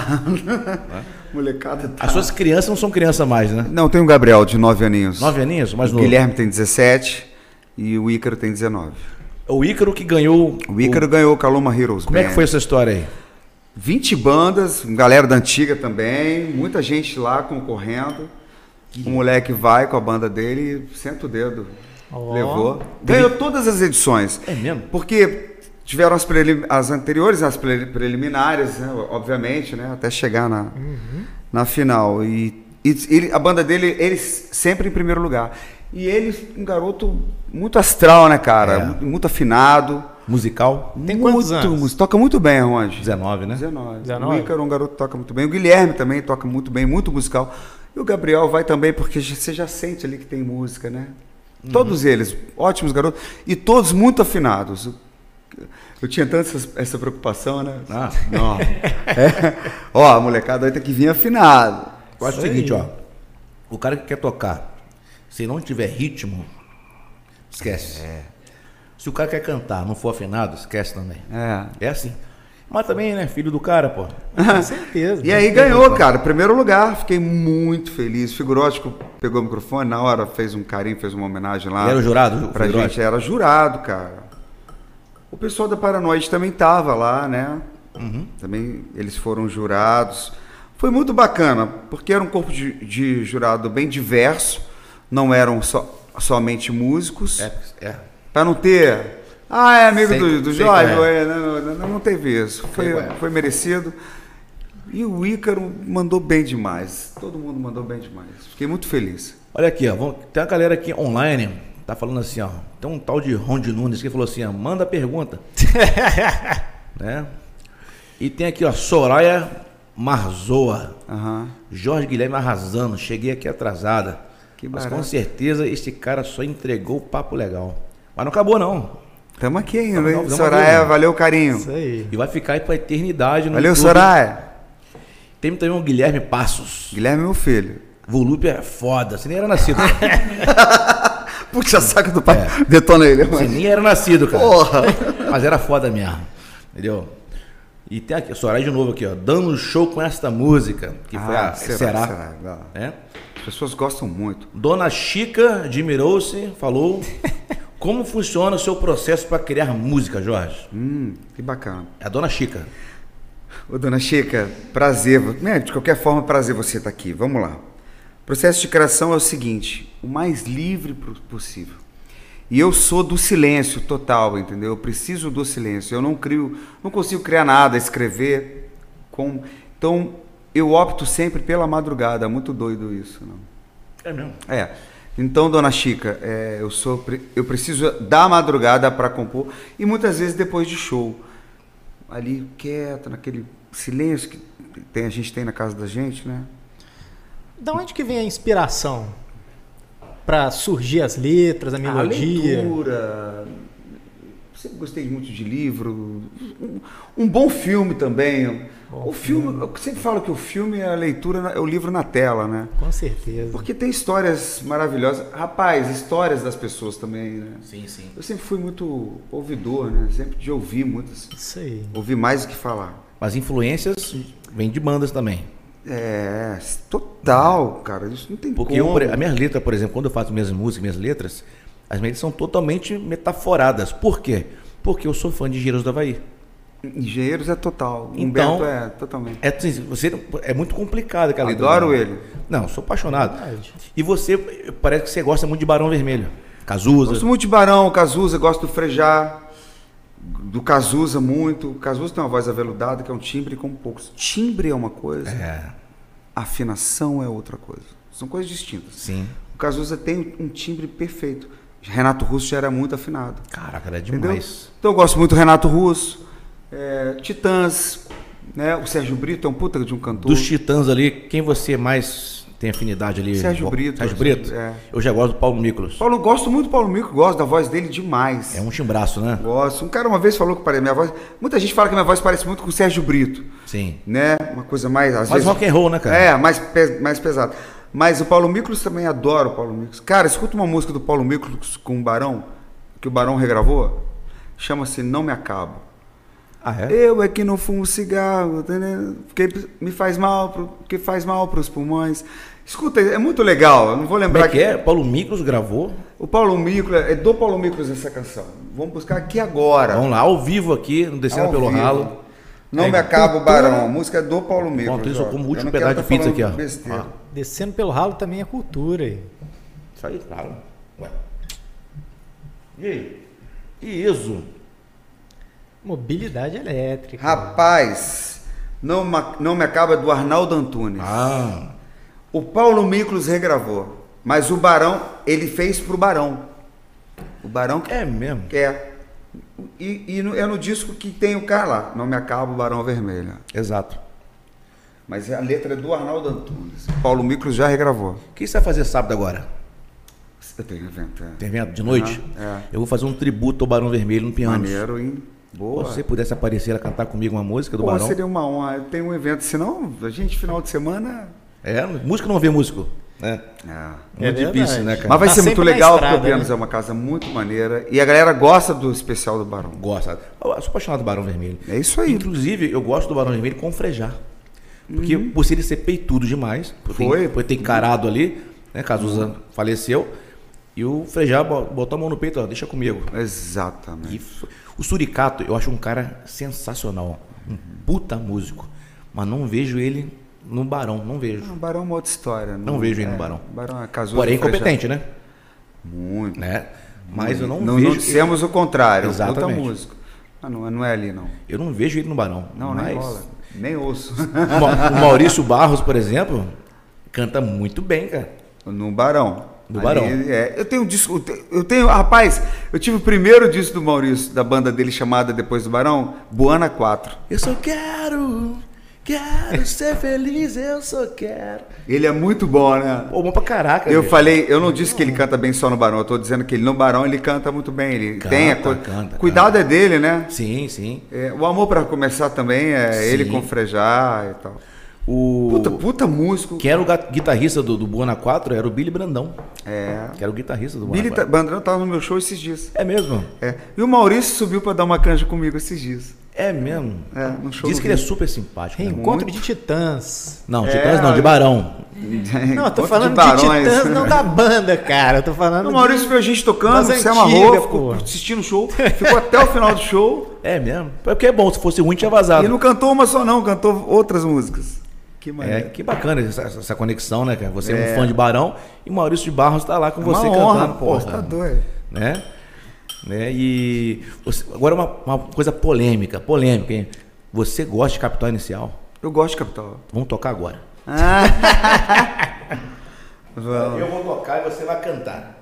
Ah.
molecada tá.
As suas crianças não são criança mais, né?
Não, tem o Gabriel de nove aninhos.
Nove aninhos, mais
O
novo.
Guilherme tem 17 e o Ícaro tem 19.
O Ícaro que ganhou.
O Ícaro ganhou o Caloma Heroes.
Como é que
Band.
foi essa história aí?
20 bandas, galera da antiga também, muita gente lá concorrendo. O moleque vai com a banda dele e senta o dedo.
Ó. um-
Levou. Ganhou todas as edições.
É mesmo?
Porque tiveram as, prelim- as anteriores, as preli- preliminares, né, obviamente, né, até chegar na,
Uhum.
na final. E, e ele- a banda dele, ele s- sempre em primeiro lugar. E ele, um garoto muito astral, né, cara?
É.
Mu- Muito afinado.
Musical?
Tem quantos
muito,
anos?
mu- Toca muito bem, Ronge.
19, né?
19.
19?
O Ícaro é um garoto que toca muito bem. O Guilherme também toca muito bem, muito musical. E o Gabriel vai também, porque já- você já sente ali que tem música, né? Todos eles, ótimos garotos. E todos muito afinados. Eu tinha tanto essa, essa preocupação, né?
Ah.
Não. É. Ó, a molecada aí tem que vir afinado.
Eu acho o
Isso aí.
seguinte, ó. O cara que quer tocar, se não tiver ritmo, esquece. Se o cara quer cantar, não for afinado, esquece também.
É.
É assim. Mas também, né? Filho do cara, pô.
Com certeza.
E aí ganhou, cara, primeiro lugar. Fiquei muito feliz. Figurótico pegou o microfone na hora, fez um carinho, fez uma homenagem lá.
Ele era o jurado, o
Pra
Figurótico?
gente era jurado, cara. O pessoal da Paranoide também tava lá, né?
Uhum.
Também eles foram jurados. Foi muito bacana, porque era um corpo de, de jurado bem diverso. Não eram só, somente músicos.
É, é.
Pra não ter. Ah, é amigo
Sei-
do, do
sei
Jorge.
qual é.
é, Não, não, não teve isso. Foi,
qual é.
foi merecido. E o Ícaro mandou bem demais. Todo mundo mandou bem demais. Fiquei muito feliz.
Olha aqui, ó. vamos- Tem uma galera aqui online, tá falando assim, ó. Tem um tal de Ron de Nunes que falou assim, ó, manda pergunta. né? E tem aqui, ó, Soraya Marzoa.
Aham.
Jorge Guilherme arrasando. Cheguei aqui atrasada.
Que
Mas
barato.
com certeza este cara só entregou o papo legal. Mas não acabou, não.
Tamo aqui ainda,
Tamo-
hein?
tamo- tamo
Soraya,
aqui.
valeu o carinho.
Isso aí.
E vai ficar aí pra eternidade. No
Valeu,
YouTube.
Soraya.
Tem também o Guilherme Passos.
Guilherme, é meu filho.
Volúpia é foda. Você nem era nascido. Você
Puxa saco do pai. Detona ele, mano.
nem era nascido, cara.
Porra.
Mas era foda mesmo. Entendeu? E tem aqui, Soraya de novo aqui, ó. Dando um show com esta música. Que foi
Ah,
a
será,
Será.
será, vai lá.
né?
As pessoas gostam muito.
Dona Chica admirou-se, falou. Como funciona o seu processo para criar música, Jorge?
Hum, que bacana.
É a Dona Chica.
Ô, dona Chica, prazer. Né, De qualquer forma, prazer você estar aqui. Vamos lá. O processo de criação é o seguinte: o mais livre pro- possível. E eu sou do silêncio total, entendeu? Eu preciso do silêncio. Eu não crio, não consigo criar nada, escrever. Com... Então, eu opto sempre pela madrugada. É Muito doido isso, não?
É mesmo.
É. Então, dona Chica, é, eu sou, pre- eu preciso da madrugada para compor e muitas vezes depois de show, ali quieto, naquele silêncio que tem- a gente tem na casa da gente, né?
Da onde que vem a inspiração para surgir as letras, a melodia?
A Ah, leitura. Sempre gostei muito de livro. Um, um bom filme também. o filme, eu sempre falo que o filme é a leitura, na- é o livro na tela, né?
Com certeza.
Porque tem histórias maravilhosas. Rapaz, histórias das pessoas também, né?
Sim, sim.
Eu sempre fui muito ouvidor, né? Sempre de ouvir muito, assim.
Isso aí.
Ouvir mais do que falar.
Mas influências vêm de bandas também.
É, total, cara. Isso não tem
Porque um
como.
eu, por- a minha letra, por exemplo, quando eu faço minhas músicas, minhas letras, as minhas letras são totalmente metaforadas. Por quê? Porque eu sou fã de Engenheiros do Havaí.
Engenheiros é total.
Então-
Humberto é totalmente.
É, assim, você, é muito complicado aquela letra.
Adoro ele.
Não, sou apaixonado.
Verdade.
E você, parece que você gosta muito de Barão Vermelho. Cazuza.
Gosto muito de Barão, Cazuza, gosto do Frejá, do Cazuza muito. O Cazuza tem uma voz aveludada, que é um timbre como poucos. Timbre é uma coisa,
É,
afinação é outra coisa. São coisas distintas.
sim.
O Cazuza tem um timbre perfeito. Renato Russo já era muito afinado.
Caraca, era
Entendeu?
demais.
Então eu gosto muito do Renato Russo, é, Titãs, né? O Sérgio Brito é um puta de um cantor.
Dos Titãs ali, quem você mais tem afinidade ali?
Sérgio
Vo-
Brito,
Sérgio
Sérgio-
Brito?
é.
Eu já gosto do Paulo Miklos.
Paulo, gosto muito do Paulo Mico, gosto da voz dele demais.
É um timbraço, né?
Gosto. Um cara uma vez falou que pare- minha voz. Muita gente fala que minha voz parece muito com o Sérgio Brito,
Sim.
né? Uma coisa mais. Às
Mais
vezes,
rock and roll, né, cara?
É, mais, pe- mais pesado. Mas o Paulo Miklos também adoro o Paulo Miklos. Cara, escuta uma música do Paulo Miklos com o Barão, que o Barão regravou, chama-se Não Me Acabo.
Ah, é?
Eu é que não fumo cigarro, né? porque me faz mal, pro- porque faz mal para os pulmões. Escuta, é muito legal, eu não vou
Como é
lembrar
que é? Paulo Miklos gravou.
O Paulo Micro, é do Paulo Micros essa canção. Vamos buscar aqui agora.
Vamos lá, ao vivo aqui, no Descendo
Ao
pelo
vivo.
Ralo.
Não
É,
me acaba o barão, a música é do Paulo Micros.
Bom, tu isso
ó.
como
Eu
último
não quero
pedaço de
tá
pizza
falando
aqui, ó. Ah.
besteira.
Ó,
Descendo pelo ralo também é cultura. aí.
Isso aí, claro. Ué. E aí? E isso?
Mobilidade elétrica.
Rapaz, não, Ma- não me acaba é do Arnaldo Antunes.
Ah,
O Paulo Micros regravou, mas o Barão, ele fez pro Barão. O Barão que
é mesmo.
É. E, e no- é no disco que tem o cara lá. Não me acaba o Barão Vermelho.
Exato.
Mas a letra é do Arnaldo Antunes. Paulo Micros já regravou.
O que você vai fazer sábado agora?
Você tem evento, é.
Tem evento de noite?
Aham, é.
Eu vou fazer um tributo ao Barão Vermelho no piano.
Maneiro, hein? Boa.
Se você pudesse aparecer ela cantar comigo uma música do
Pô,
Barão.
seria uma honra. Tem um evento, senão a gente, final de semana.
É, música não vê músico. né?
um É.
Muito
verdade.
difícil, né, cara?
Mas vai
Tá
ser muito
sempre na
legal,
estrada,
porque o Pianos
né?
é uma casa muito maneira. E a galera gosta do especial do Barão.
Gosta. Eu sou apaixonado do Barão Vermelho.
É isso aí.
Inclusive, eu gosto do Barão Vermelho com frejar. Porque por ele ser peitudo demais, por ter-
Uhum. Foi.
por ter encarado ali, né? Cazuza faleceu. E o Frejar bo- botou a mão no peito, ó, deixa comigo. E
Exatamente.
f- o Suricato, eu acho um cara sensacional. Um puta músico. Mas não vejo ele no Barão, não vejo.
O Barão é uma outra história.
Não vejo ele no Barão.
Barão é casual.
Porém, competente, né?
Muito.
né? Mas eu não,
não,
vejo.
não dissemos o contrário. Exatamente.
Exatamente.
Puta músico. Ah, não, não é ali, não.
Eu não vejo ele no Barão.
Não,
mas...
nem rola. Nem ouço.
Ma- O Maurício Barros, por exemplo, canta muito bem, cara.
No Barão.
No Barão.
é. Eu tenho um disco. eu te- Eu tenho. Rapaz, eu tive o primeiro disco do Maurício, da banda dele chamada Depois do Barão, Buana 4.
Eu só quero Quero ser feliz, eu só quero.
Ele é muito bom, né?
Pô, bom pra caraca.
Eu
velho.
falei, eu não disse que ele canta bem só no Barão, eu tô dizendo que ele no Barão ele canta muito bem. Ele
Canta,
tem a coisa.
canta,
Cuidado é dele, né?
Sim, sim.
É, o amor pra começar também é
Sim.
ele com frejar e tal.
O...
Puta, puta músico.
Quem era o ga- guitarrista do, do Buona 4 era o Billy Brandão.
É.
Que era o guitarrista do Buona
Billy tá-
4.
Bandrão tava no meu show esses dias.
É mesmo?
É. E o Maurício subiu pra dar uma canja comigo esses dias.
É mesmo.
É, no show
Diz
do um
que ele é
Rio.
super simpático. né?
Reencontro de Titãs.
Não,
É,
Titãs não, de Barão.
Não, eu tô
Encontro
falando de,
Barões.
Titãs, não da banda, cara. Eu tô falando
O Maurício
de...
viu a gente tocando,
Das
se
antigas,
amarrou, ficou
pô.
assistindo o show, ficou até o final do show
É mesmo. Porque é bom, se fosse ruim tinha
e
vazado.
não cantou uma só não, cantou outras músicas. Que
É,
maneiro.
que bacana essa, essa conexão, né, cara? Você é, um fã de Barão e o Maurício de Barros tá lá com
É
você
uma honra,
cantando,
pô,
porra.
tá doido.
Né? Né? E você- agora uma, uma coisa polêmica, polêmica, hein? Você gosta de Capital Inicial?
Eu gosto de Capital.
Vamos tocar agora.
Vamos.
vou tocar e você vai cantar.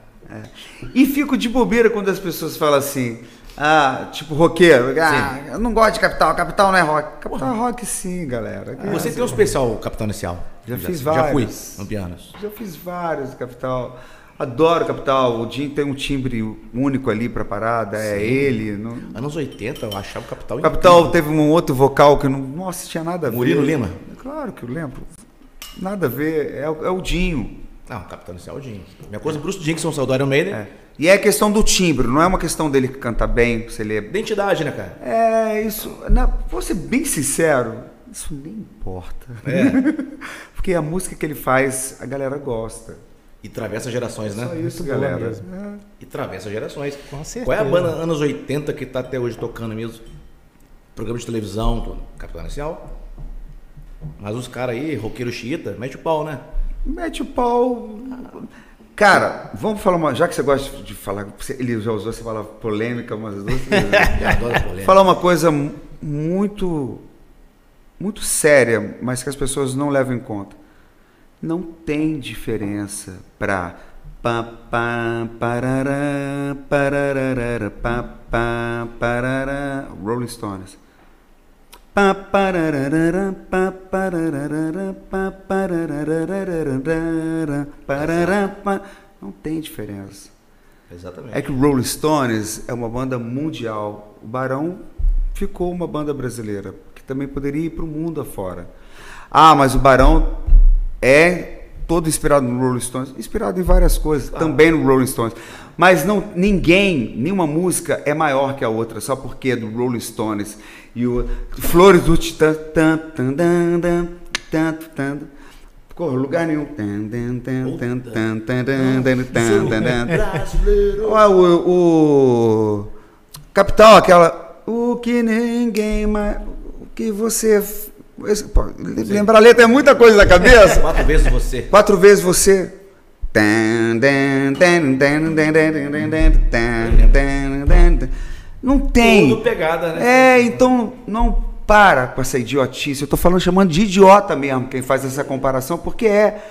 E fico de bobeira quando as pessoas falam assim, ah, tipo roqueiro, ah, eu não gosto de Capital, Capital não é rock. Capital é rock sim, galera.
Você tem um especial Capital Inicial?
Ah, Já fiz
Já fui,
vários.
Campeanos.
Já fiz vários Capital. Adoro Capital. O Jim tem um timbre único ali pra parada. É ele. Não...
Anos 80 eu achava o Capital
O Capital teve um outro vocal que eu não. Nossa, tinha nada a ver.
Murilo Lima?
Claro que eu lembro. Nada a ver. É, o- é o Dinho.
Não, Capital Inicial é o Jim. Minha coisa, Bruce Dickinson, Saudade Almeida.
É. E é a questão do timbre, não é uma questão dele que canta bem, se ele é
Identidade, né, cara?
É, isso. Na, vou ser bem sincero, isso nem importa.
É.
Porque a música que ele faz, a galera gosta.
E travessa gerações, né?
Só isso,
boa
galera.
mesmo.
É.
E travessa gerações.
Com certeza.
Qual é a banda anos 80 que tá até hoje tocando mesmo? Programa de televisão, tô- Capital Inicial. Mas os caras aí, roqueiro xiita, mete o pau, né?
Mete o pau. Cara, vamos falar uma. Já que você gosta de falar. você- Ele já usou essa palavra polêmica umas duas vezes. né?
Eu adoro polêmica.
falar uma coisa mu- muito. Muito séria, mas que as pessoas não levam em conta. Não tem diferença pra. Pá, pá, parará, parararara, pá, pá, parará, Rolling Stones. Pá, parararara, pá, parararara, pá, pararararararara, parará, pá. Não tem diferença.
Exatamente.
É que o Rolling Stones é uma banda mundial. O Barão ficou uma banda brasileira, que também poderia ir para o mundo afora. Ah, mas o Barão é todo inspirado no Rolling Stones, inspirado em várias coisas, também no Rolling Stones. Mas não, ninguém, nenhuma música é maior que a outra, só porque é do Rolling Stones. E o Flores do Titã. tan, tan, dan, dan, tan, tan, dan. Pô, lugar nenhum. Tan, tan, tan, tan, tan, tan, tan, tan, tan, tan, tan. Ó, é o, o Capital, aquela. O que ninguém mais. O que você. f- esse- pô, lembrar a letra é muita coisa na cabeça.
Quatro vezes você.
Quatro vezes você. Não tem.
Tudo pegada, né?
É, então não para com essa idiotice. Eu tô falando chamando de idiota mesmo quem faz essa comparação, porque é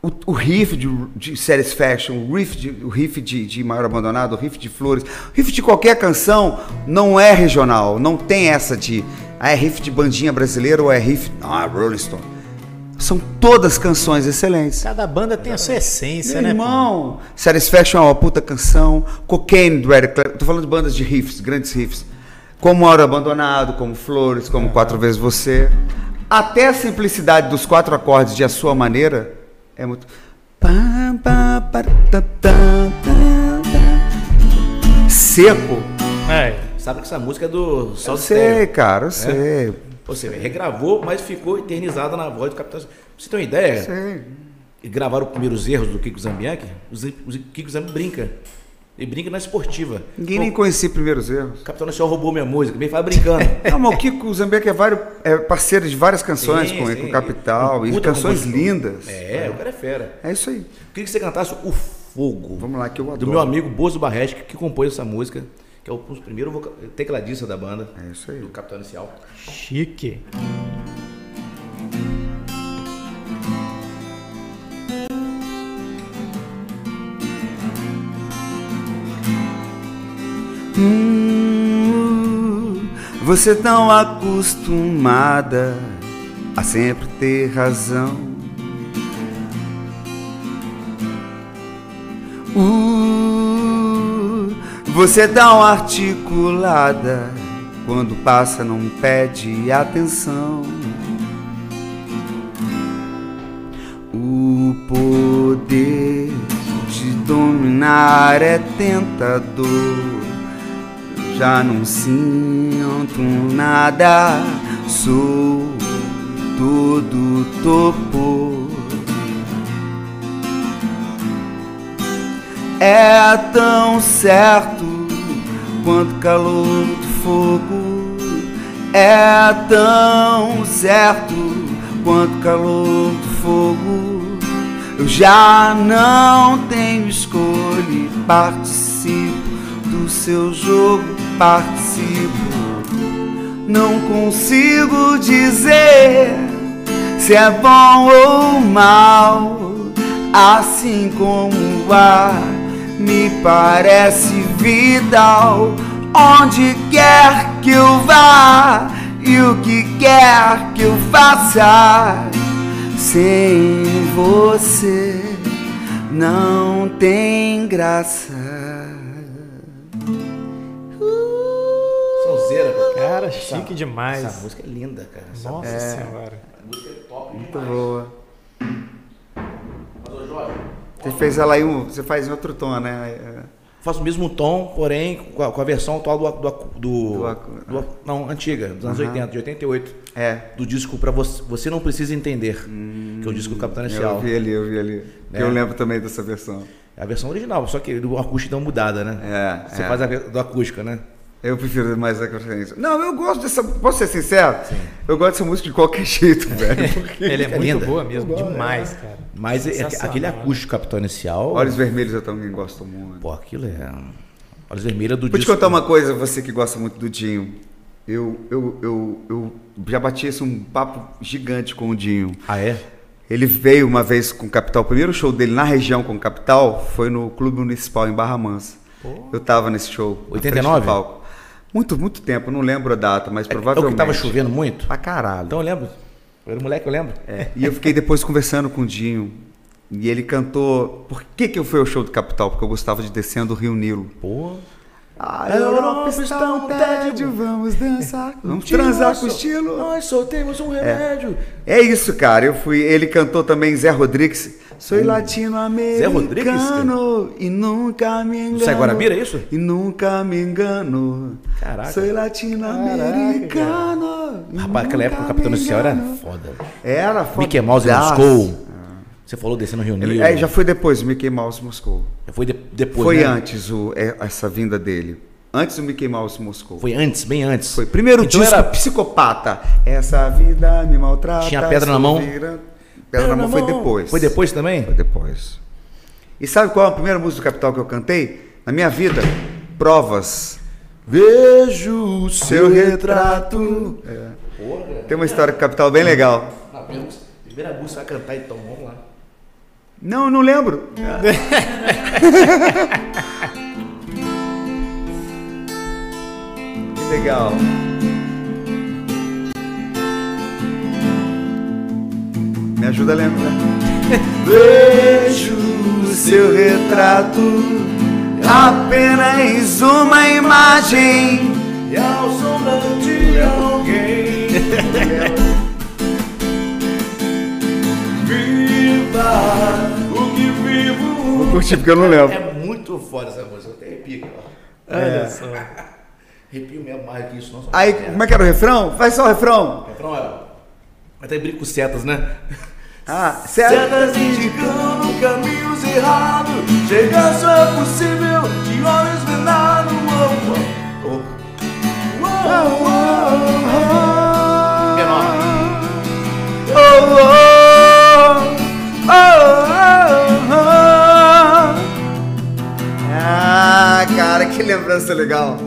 o, o riff de, de Satisfaction, o riff de, o riff de, de Maior Abandonado, o riff de Flores, o riff de qualquer canção não é regional, não tem essa de ah, é riff de bandinha brasileira ou é riff. Não, é Rolling Stone. São todas canções excelentes.
Cada banda tem a sua essência,
Meu
né?
irmão, Satisfaction é uma puta canção. Cocaine do Eric Clapton. Tô falando de bandas de riffs, grandes riffs. Como Hora Abandonado, como Flores, como
É.
Quatro Vezes Você. Até a simplicidade dos quatro acordes de A Sua Maneira é muito. Pá, pá, pá, tá, tá, tá. Seco.
pô? É.
Sabe que essa música é do
Eu
Sal
sei, cara, eu
É?
sei.
Ou seja, regravou, mas ficou eternizada na voz do Capitão. Pra você ter uma ideia,
Eu sei.
e gravaram primeiro os erros do Kiko Zambianchi, o Zam- o Kiko Zambianchi brinca. Ele brinca na esportiva.
Ninguém
Bom,
nem conhecia primeiros erros.
O Capitão Nacional roubou minha música, bem fala brincando.
Não, mas o Kiko Zambeck é, vário, é parceiro de várias canções
Sim,
com,
sim.
com Capital
Um
e
puta
canções
compositor.
lindas.
É, o cara é fera.
É isso aí.
Eu queria que você cantasse O Fogo.
Vamos lá, que eu
Do
adoro.
meu amigo Bozo Barretti, que, que compôs essa música, que é o primeiro voca- tecladista da banda,
É isso aí.
do Capitão Inicial.
Chique.
Hum, você tão acostumada a sempre ter razão. Uh, você dá uma articulada quando passa, não pede atenção. O poder de dominar é tentador. Já não sinto nada, sou todo topo. É tão certo quanto calor do fogo. É tão certo quanto calor do fogo. Eu já não tenho escolha, participo do seu jogo, participo. Não consigo dizer se é bom ou mal, assim como o ar me parece vital. Onde quer que eu vá e o que quer que eu faça, sem você não tem graça.
Sonzeira, cara.
Cara,
Essa-
chique demais.
Essa música é linda, cara. Essa
Nossa
é
senhora.
música é top
Muito
demais.
boa.
Mas, ô, Jorge,
Você fez ela aí, um- você faz em outro tom, né?
Faço o mesmo tom, porém, com a, com a versão atual do. acu- do, do,
Do acu-
do acu- não, antiga, dos anos
Aham.
80, de 88.
É.
Do disco Pra Você, você Não Precisa Entender, que é o disco do Capitão
Hum, Eu
Inicial.
vi ali, eu vi ali.
É.
Eu lembro também dessa versão.
É a versão original, só que do acústico dá uma mudada, né?
É.
Você
é.
faz a ve- do acústica, né?
Eu prefiro mais a preferência. Não, eu gosto dessa. Posso ser sincero? Eu gosto dessa música de qualquer jeito, velho. Porque...
Ela é
Fica
muito
linda.
boa mesmo, demais, cara.
Mas é-
Sensacional,
aquele
né?
acústico Capitão Inicial.
Olhos Vermelhos eu também gosto muito.
Pô, aquilo é. Olhos Vermelhos é do
Vou te
disco.
contar uma coisa, você que gosta muito do Dinho. Eu, eu, eu, eu já bati esse um papo gigante com o Dinho.
Ah, é?
Ele veio uma vez com o Capital. O primeiro show dele na região com o Capital foi no Clube Municipal em Barra Mansa. Eu tava nesse show. na frente do
89?
palco. Muito, muito tempo. Não lembro a data, mas
É o
provavelmente.
que tava chovendo muito?
Pra caralho.
Então eu lembro. Eu era moleque, eu lembro.
É, e eu fiquei depois conversando com o Dinho. E ele cantou. Por que, que eu fui ao show do Capital? Porque eu gostava de descendo o Rio Nilo.
Pô.
A
Europa está um tédio,
vamos dançar. Vamos transar com estilo.
Nós só temos um remédio.
É isso, cara. Eu fui. Ele cantou também Zé Rodrigues. Sou
Hum. Rodrigues, cara?
latino-americano e nunca me engano.
Zé Guarabira, é isso?
E nunca me engano.
Caraca.
Sou latino-americano. e
Rapaz, naquela época o
nunca
Capitão
me
Inicial era
engano.
foda.
Era foda.
Mickey Mouse e Moscou. Você falou descendo no Rio
Ele-
Nilo.
é, já foi depois, Mickey Mouse Moscou.
Já Foi de- depois,
Foi
né?
antes o- é, essa vinda dele. Antes do Mickey Mouse Moscou. Foi.
Foi antes, bem antes.
Primeiro
Então
disco
era-
psicopata. Essa vida me maltrata.
Tinha Pedra na
sou
Mão?
vira- Pedra na mão né? foi depois.
Foi depois também?
Foi depois. E sabe qual é a primeira música do Capital que eu cantei? Na minha vida, Provas.
Vejo o
Seu retrato. É. Tem uma história com o Capital bem legal.
Tá, Primeira música vai cantar então, vamos lá.
Não, não lembro. que legal. Me ajuda a lembrar. Vejo o seu retrato, apenas uma imagem.
E ao sombra de alguém Viva o que vivo
Curti porque eu não lembro. É.
É muito foda essa música, eu até arrepio aqui, ó.
Olha só.
Arrepio mesmo mais do que isso, não. só-
Aí,
é.
como é que era o refrão? Faz só o refrão.
Refrão é. Até brinco com setas, né?
Ah, certo.
indicando caminhos errados Chegar só é possível de olhos vendados
Ah, cara, que lembrança legal.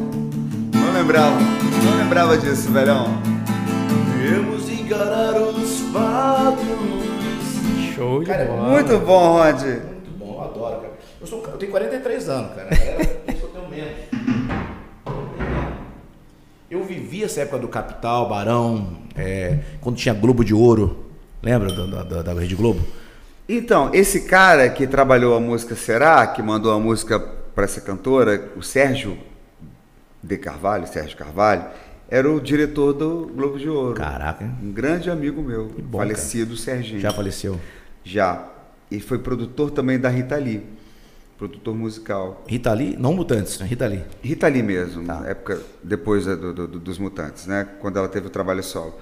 Não lembrava, não lembrava disso, velhão.
Vamos encarar os fatos
Show de
Cara,
bola.
é Muito bom, Rod.
Muito bom, eu adoro, cara. Eu, sou, um ca- eu tenho 43 anos, cara. A galera pensa que Eu sou teu menos. Eu tenho menos. Eu vivi essa época do Capital, Barão, é, quando tinha Globo de Ouro. Lembra da, da, da Rede Globo?
Então, esse cara que trabalhou a música Será, que mandou a música para essa cantora, o Sérgio de Carvalho, Sérgio Carvalho, era o diretor do Globo de Ouro.
Caraca, hein?
Um grande amigo meu,
bom,
falecido Serginho.
já faleceu.
Já. E foi produtor também da Rita Lee, produtor musical.
Rita Lee, não mutantes, né? Rita Lee.
Rita Lee mesmo, na época depois né, do- do- do- dos Mutantes, né? Quando ela teve o trabalho solo.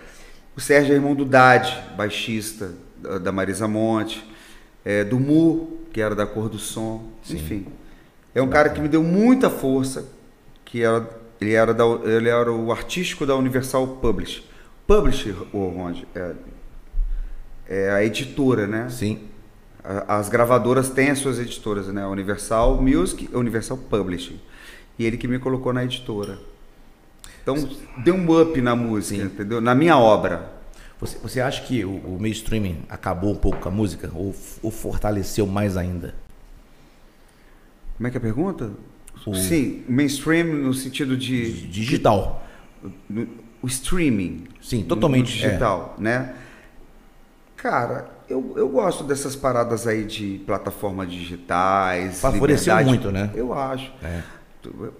O Sérgio é irmão do Dade, baixista da- da Marisa Monte, é, do Mu, que era da Cor do Som, enfim. É um cara que me deu muita força, que era, ele, era da- ele era o artístico da Universal Publish. Publish, o Ronde, é, é a editora, né?
Sim.
A- As gravadoras têm as suas editoras, né? Universal Music e Universal Publishing. E ele que me colocou na editora. Então, deu um up na música, entendeu? Na minha obra.
Você, você acha que o, o meio streaming acabou um pouco com a música ou, f- ou fortaleceu mais ainda?
Como é que é a pergunta?
O-
Sim, mainstream no sentido de...
Digital.
no- o streaming.
Sim,
no-
totalmente, é.
no digital, né? Cara, eu, eu gosto dessas paradas aí de plataformas digitais.
Favoreceu
liberdade.
muito, né?
Eu acho.
É.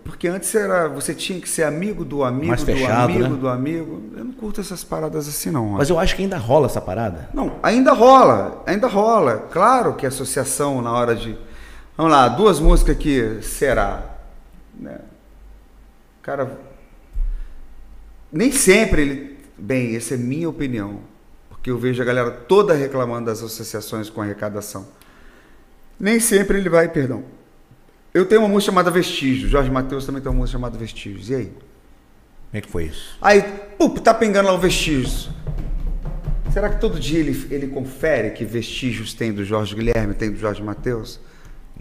Porque antes era, você tinha que ser amigo do amigo,
Mais
do
fechado,
amigo,
né?
do amigo. Eu não curto essas paradas assim, não.
Mas eu acho que ainda rola essa parada.
Não, ainda rola, ainda rola. Claro que a associação na hora de. Vamos lá, duas músicas aqui, será? Né? O Cara. Nem sempre ele. Bem, essa é minha opinião. Porque eu vejo a galera toda reclamando das associações com arrecadação. Nem sempre ele vai, perdão. Eu tenho uma música chamada Vestígios. Jorge Matheus também tem uma música chamada Vestígios. E aí?
Como é que foi isso?
Aí, pup, tá pingando lá o vestígios. Será que todo dia ele, ele confere que vestígios tem do Jorge Guilherme, tem do Jorge Matheus?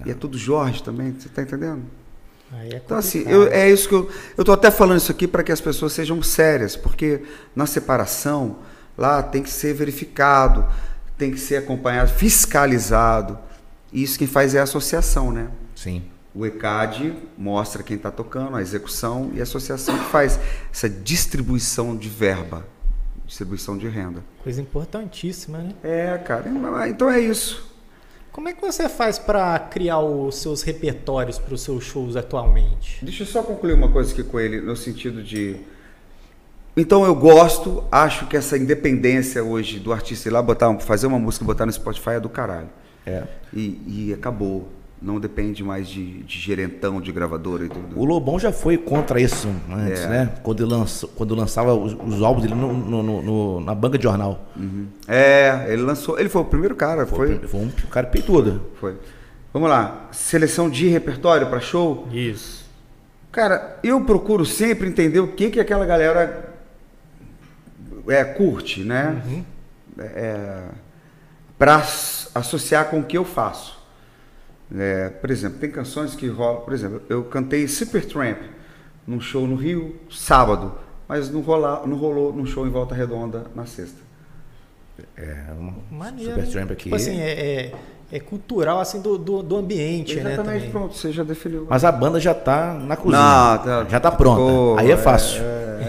E é tudo Jorge também, você tá entendendo?
Aí é
Então, assim,
complicado.
eu- é isso que eu. Eu tô até falando isso aqui para que as pessoas sejam sérias, porque na separação, lá tem que ser verificado, tem que ser acompanhado, fiscalizado. E isso quem faz é a associação, né?
Sim.
O ECAD mostra quem está tocando, a execução e a associação que faz essa distribuição de verba, distribuição de renda.
Coisa importantíssima, né?
É, cara, então é isso.
Como é que você faz para criar os seus repertórios para os seus shows atualmente?
Deixa eu só concluir uma coisa aqui com ele, no sentido de. Então eu gosto, acho que essa independência hoje do artista ir lá botar, fazer uma música e botar no Spotify é do caralho.
É.
E, e acabou. Não depende mais de, de gerentão, de gravadora e tudo.
O Lobão já foi contra isso antes,
É.
né? Quando, ele lançou, quando lançava os, os álbuns dele no- no- no- no- na banca de jornal.
É, ele lançou, ele foi o primeiro cara, foi
Foi um cara peitudo.
Foi. Vamos lá. Seleção de repertório para show.
Isso.
Cara, eu procuro sempre entender o que que aquela galera é, curte, né?
Uhum.
É, para associar com o que eu faço. É, por exemplo, tem canções que rolam. Por exemplo, eu cantei Supertramp num show no Rio, sábado, mas não, rola, não rolou num show em Volta Redonda na sexta.
É, uma
Maneiro.
Super
né?
aqui.
Tipo assim, é, é- é cultural assim do, do, do ambiente, né?
Exatamente,
também.
pronto, você já definiu.
Mas a banda já tá na cozinha.
Não, tá-
já tá pronta.
ficou,
Aí é
é,
fácil.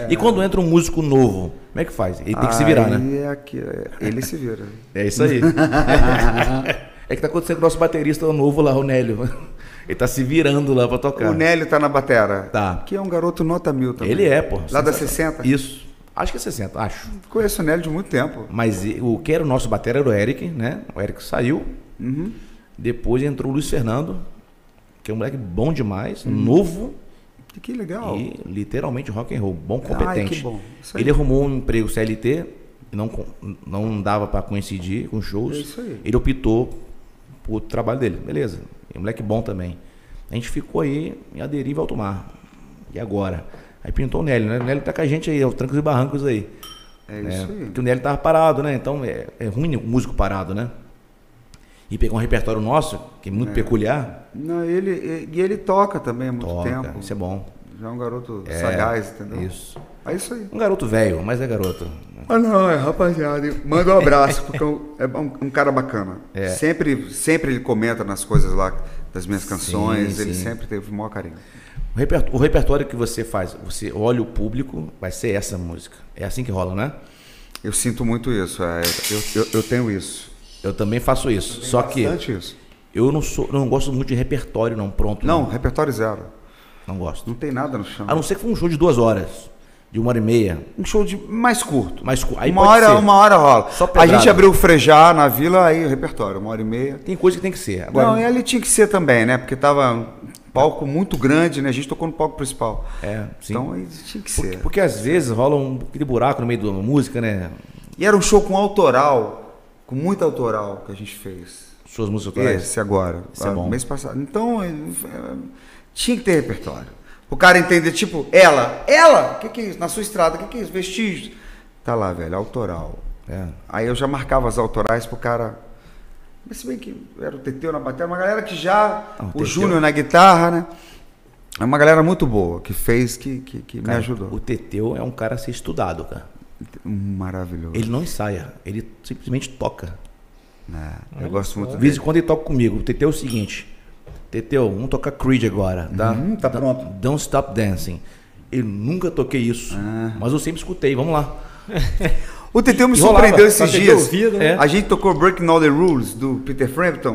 E quando entra um músico novo, como é que faz? Ele tem que se virar, né?
Aí é aqui, é, ele se vira.
É isso aí. é que tá acontecendo com o nosso baterista novo lá, o Nélio. Ele tá se virando lá pra tocar.
O Nélio tá na batera.
Tá.
Que é um garoto nota mil também.
Ele é, pô.
Lá da
Sensacional.
60?
Isso. Acho que é 60, acho.
Conheço o Nélio de muito tempo.
Mas e- o que era o nosso batera era o Eric, né? O Eric saiu.
Uhum.
Depois entrou o Luiz Fernando, que é um moleque bom
Uhum.
demais, novo.
Que, que legal.
E literalmente rock and roll, bom
Oh. que
competente.
bom. Isso aí.
Ele arrumou um emprego CLT, não co- não dava para coincidir com shows.
É isso aí.
Ele optou por outro trabalho dele. Beleza. É um moleque bom também. A gente ficou aí em a deriva alto mar. E agora? Aí pintou o Nélio, né? O Nélio tá com a gente aí, aos trancos e barrancos aí.
É
né?
isso aí.
Porque o Nélio tava parado, né? Então é, é ruim o músico parado, né? E pegar um repertório nosso, que é muito peculiar,
Não, ele, e, e ele toca também há muito
toca.
tempo.
Isso é bom.
Já é um garoto
É,
sagaz, entendeu?
Isso.
É isso aí.
Um garoto velho, mas é garoto.
Ah, não, é rapaziada. hein? Manda um abraço, porque é um- é um, um cara bacana.
É.
Sempre, sempre ele comenta nas coisas lá das minhas canções. ele
sim.
sempre teve o maior carinho.
O repertório, o repertório que você faz, você olha o público, vai ser essa música. É assim que rola, né?
Eu sinto muito isso. é, eu, eu- eu tenho isso.
Eu também faço isso. Só que
Bastante isso.
eu não sou, não gosto muito de repertório não pronto.
Não, repertório zero.
não gosto.
Não tem nada no chão.
A não ser que for um show de duas horas, de uma hora e meia.
Um show de mais curto.
Mas cu- aí
uma,
pode
hora, é
ser.
uma hora rola.
Só
a
pedrada.
gente abriu o Frejá na vila, aí repertório, uma hora e meia.
Tem coisa que tem que ser. Agora,
não, e ali tinha que ser também, né? Porque tava um palco muito grande, né? A gente tocou no palco principal.
é, sim.
Então aí tinha que
porque,
ser.
porque às vezes rola um aquele buraco no meio da música, né?
E era um show com autoral, com muito autoral que a gente fez.
Suas músicas autorais.
Esse agora,
Isso é
ah,
bom.
mês passado. Então, é, é, tinha que ter repertório. O cara entender, tipo, ela, ela, o que, que é isso? Na sua estrada, o que, que é isso? Vestígios. Tá lá, velho, autoral.
É.
Aí eu já marcava as autorais pro cara. Mas se bem que era o Teteu na bateria, uma galera que já.
Ah, o Teteu.
o Júnior na guitarra, né? É uma galera muito boa que fez, que, que, que me
Cara,
ajudou. Uhum.
O Teteu é um cara a ser estudado, cara.
Maravilhoso.
Ele não ensaia, ele simplesmente toca.
É, eu gosto muito
De
dele.
vez em quando ele toca comigo. O Teteu é o seguinte: Teteu, vamos tocar Creed agora, tá?
Uhum, tá
Da-
pronto.
Don't Stop Dancing. Eu nunca toquei isso,
Ah.
mas eu sempre escutei, vamos lá.
O Teteu me
E rolava,
surpreendeu
pra
esses
ter
dias. É.
ouvido,
né?
A gente tocou Breaking All the Rules do Peter Frampton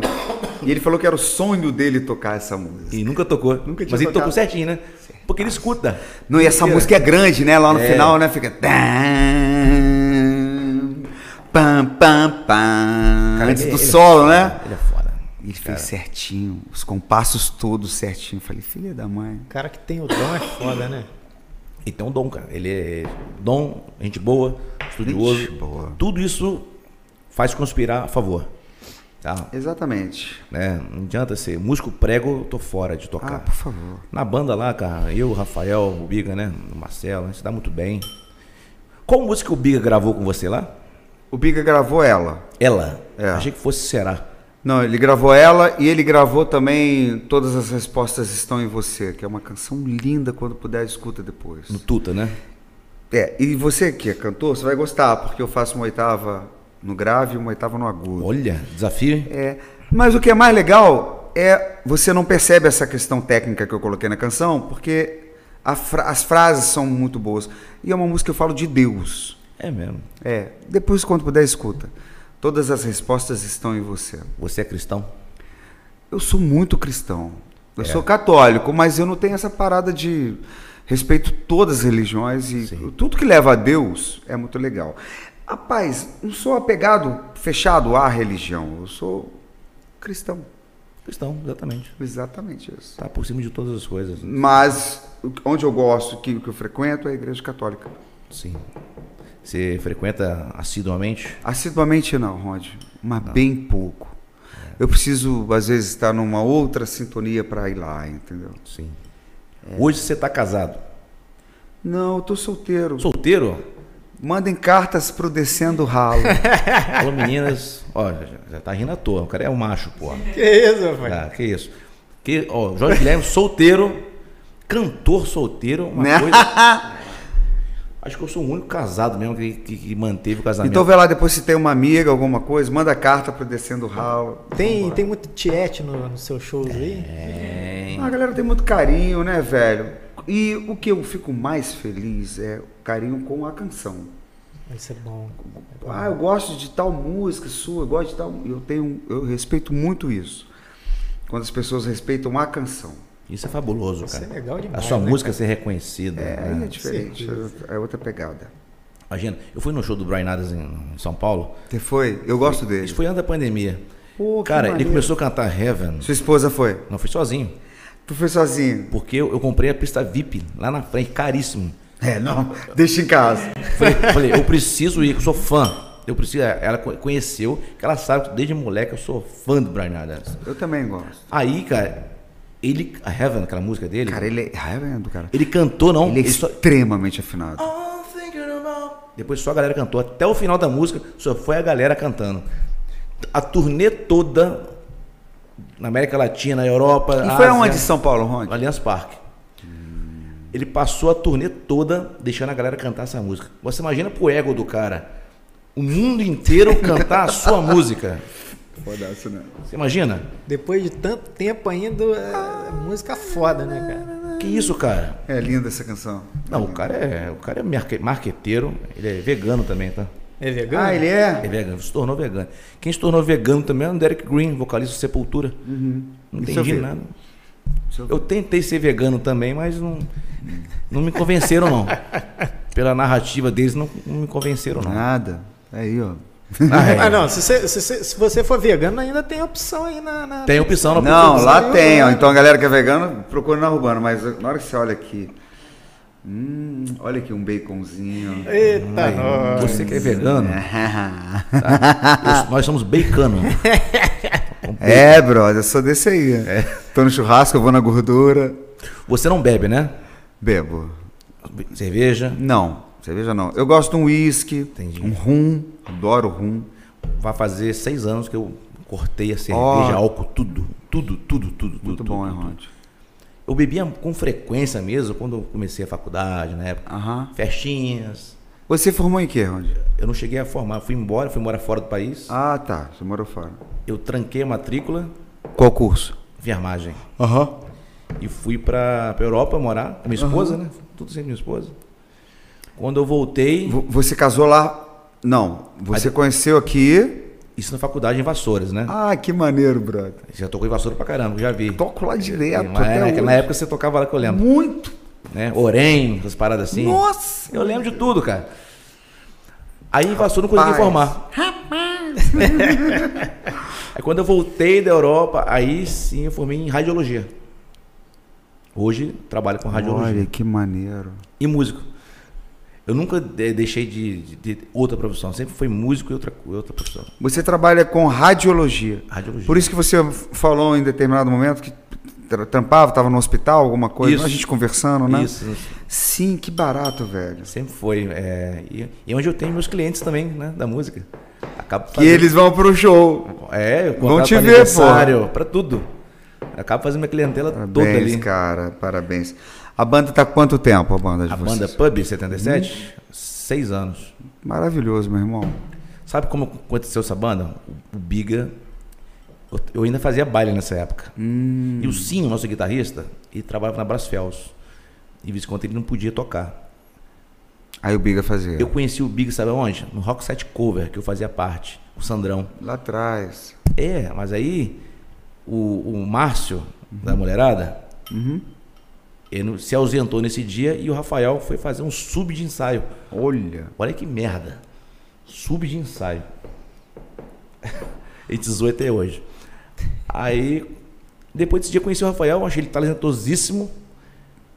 e ele falou que era o sonho dele tocar essa música.
E nunca tocou.
Nunca tinha
mas ele tocou
tocado.
certinho, né? Porque ele escuta.
Não, e essa
Inteira.
música é grande, né? Lá no
É.
final, né? Fica. Pam, pam, pam.
Cara,
Antes
ele-
do
ele é
solo,
foda,
né?
Ele é foda.
Ele fez certinho, os compassos todos certinho. Falei, filha da mãe.
O cara que tem o dom é foda, né?
Ele tem um dom, cara. Ele é dom, gente boa, estudioso.
Gente boa.
Tudo isso faz conspirar a favor. Tá?
Exatamente.
Né? Não adianta ser músico prego, eu tô fora de tocar.
Ah, por favor.
Na banda lá, cara, eu, o Rafael, o Biga, né? O Marcelo, a gente dá muito bem. Qual música o Biga gravou com você lá?
O Biga gravou ela.
Ela.
É.
Achei que fosse Será.
Não, ele gravou ela e ele gravou também Todas as Respostas Estão em Você, que é uma canção linda quando puder, escuta depois.
No Tuta, né?
É, e você que é cantor, você vai gostar, porque eu faço uma oitava no grave e uma oitava no agudo.
Olha, desafio. hein?
É, mas o que é mais legal é você não percebe essa questão técnica que eu coloquei na canção, porque a fra- as frases são muito boas. E é uma música que eu falo de Deus.
É mesmo.
É, depois quando puder, escuta. Todas as respostas estão em você.
Você é cristão?
Eu sou muito cristão. Eu sou católico, mas eu não tenho essa parada de respeito todas as religiões e tudo que leva a Deus é muito legal. Rapaz, não sou apegado, fechado à religião. Eu sou cristão.
Cristão, exatamente.
Exatamente isso.
Tá por cima de todas as coisas. né?
Mas o- onde eu gosto, que, que eu frequento, é a igreja católica.
Sim. Você frequenta assiduamente?
Assiduamente não, Rod, mas bem pouco. Eu preciso, às vezes, estar numa outra sintonia para ir lá, entendeu?
Sim. Hoje você tá casado.
Não, eu tô solteiro.
Solteiro?
Mandem cartas pro Descendo o Ralo.
Alô, meninas. Ó, já, já tá rindo à toa. O cara é um macho, porra.
Que isso, rapaz?
Ah, que isso. Que, ó, Jorge Guilherme, solteiro, cantor solteiro, uma
Né?
coisa. Acho que eu sou o único casado mesmo que, que- que manteve o casamento.
então vai lá depois se tem uma amiga, alguma coisa, manda carta pro Descendo o Ralo.
Tem, tem muito tiete no- nos seus shows aí?
É,
A galera tem muito carinho, né, velho? E o que eu fico mais feliz é o carinho com a canção.
Isso é bom.
Ah, eu gosto de tal música sua, eu gosto de tal. Eu tenho, eu respeito muito isso. Quando as pessoas respeitam a canção,
isso é fabuloso,
Isso
cara.
é legal demais,
A sua
né,
música ser reconhecida.
é, aí
né?
é diferente, é outra pegada.
Imagina, eu fui no show do Brian Adams em, em São Paulo.
Você foi? Eu gosto
Isso
dele.
foi antes da pandemia.
Pô, que
cara, ele
maneiro.
começou a cantar Heaven.
Sua esposa foi?
Não fui sozinho.
Tu foi sozinho?
Porque eu, eu comprei a pista VIP lá na frente, caríssimo.
É, não. Deixa em casa.
Falei, falei, eu preciso ir, que eu sou fã. Eu preciso, é, ela co- conheceu, que ela sabe que desde moleque eu sou fã do Brian Adams.
Eu também gosto.
Aí, cara, ele. A Heaven, aquela música dele,
Cara, ele é. Ah, é mesmo, cara.
ele cantou, não.
Ele é
ele só- Ah,
extremamente afinado.
Depois só a galera cantou. Até o final da música, só foi a galera cantando. A turnê toda na América Latina, Europa.
E foi
Ásia,
aonde em São Paulo,
No
Ronde?
Allianz Parque. Ele passou a turnê toda deixando a galera cantar essa música. Você imagina pro ego do cara, o mundo inteiro cantar a sua música.
Foda-se, né?
Você imagina?
Depois de tanto tempo ainda, é música foda, né, cara?
Que isso, cara?
É linda essa canção.
Não, o cara é, o cara é marque- marqueteiro, ele é vegano também, tá?
É vegano?
Ah, ele
É
é?
vegano, se tornou vegano. Quem se tornou vegano também é o Derek Green, vocalista do Sepultura. Não
Uhum. Isso eu
entendi
vi.
nada.
Deixa eu ver.
Eu tentei ser vegano também, mas não, não me convenceram, não. Pela narrativa deles, não, não me convenceram, não.
Nada. Aí, ó.
Ah, é.
Ah, não. Se você, se, você- se você for vegano, ainda tem opção aí na. na-
Tem opção na
Não, lá
Não,
tem, ó.
não.
Então a galera que é vegana, procura na Urbana, mas na hora que você olha aqui. Hum, olha aqui um baconzinho.
Eita, nós.
Você que é vegano,
Ah.
eu- nós somos bacano.
É, brother, eu sou desse aí.
É.
Tô no churrasco, eu vou na gordura.
Você não bebe, né?
Bebo.
Cerveja.
Não, cerveja não. Eu gosto de um uísque,
Entendi.
um rum, adoro rum.
Vai fazer seis anos que eu cortei a
Ó.
cerveja, álcool, tudo. Tudo, tudo, tudo. tudo,
Muito
tudo,
bom, hein,
tudo.
Ronald?
Eu bebia com frequência mesmo quando eu comecei a faculdade, na época.
Aham.
Festinhas.
Você formou em quê, Ronald?
Eu não cheguei a formar, eu fui embora, fui morar fora do país.
Ah, tá, você morou fora.
Eu tranquei a matrícula,
Qual curso?
enfermagem.
Aham.
E fui pra, pra Europa morar com minha esposa, né? Tudo sempre minha esposa. Quando eu voltei,
Você casou lá? Não, você conheceu aqui.
isso na faculdade em Vassouras, né?
Ah, que maneiro, brother.
Já tocou em Vassoura pra caramba, já vi.
Toco lá direto.
Mas,
até
né,
hoje.
na época você tocava lá que eu lembro.
Muito.
Né? Orém, essas paradas assim.
Nossa.
Eu lembro de tudo, cara. Aí em Vassoura não consegui
Rapaz.
formar. aí quando eu voltei da Europa, aí sim eu formei em radiologia. Hoje trabalho com radiologia.
Olha, que maneiro.
E músico. Eu nunca de- deixei de, de, de outra profissão. Sempre foi músico e outra, co- outra profissão.
Você trabalha com radiologia.
Radiologia.
Por isso que você falou em determinado momento que tra- trampava, estava no hospital, alguma coisa,
Isso.
a gente conversando, né?
Isso,
Sim, que barato, velho.
sempre foi. é, e, e onde eu tenho meus clientes também, né? Da música. Acabo
Que eles vão pro show.
É, eu
Vão
contrato
te
pra
ver,
aniversário, pra tudo. Acabo fazendo minha clientela toda
Parabéns,
ali.
cara, parabéns. A banda tá há quanto tempo, a banda de
A
vocês? Hum.
banda é Pub 77, seis anos.
Maravilhoso, meu irmão.
Sabe como aconteceu essa banda? O Biga. eu- Eu ainda fazia baile nessa época.
Hum.
E o Sim, o nosso guitarrista, ele trabalhava na Brasfels. E vice conta ele não podia tocar.
Aí o Biga fazia.
Eu conheci o Biga, sabe onde? No Rock Set Cover, que eu fazia parte, o Sandrão.
Lá atrás.
É, mas aí o, o Márcio, da mulherada, ele não- se ausentou nesse dia e o Rafael foi fazer um sub de ensaio.
Olha.
Olha que merda. Sub de ensaio. Ele zoou até hoje. Aí, depois desse dia, eu conheci o Rafael, achei ele talentosíssimo.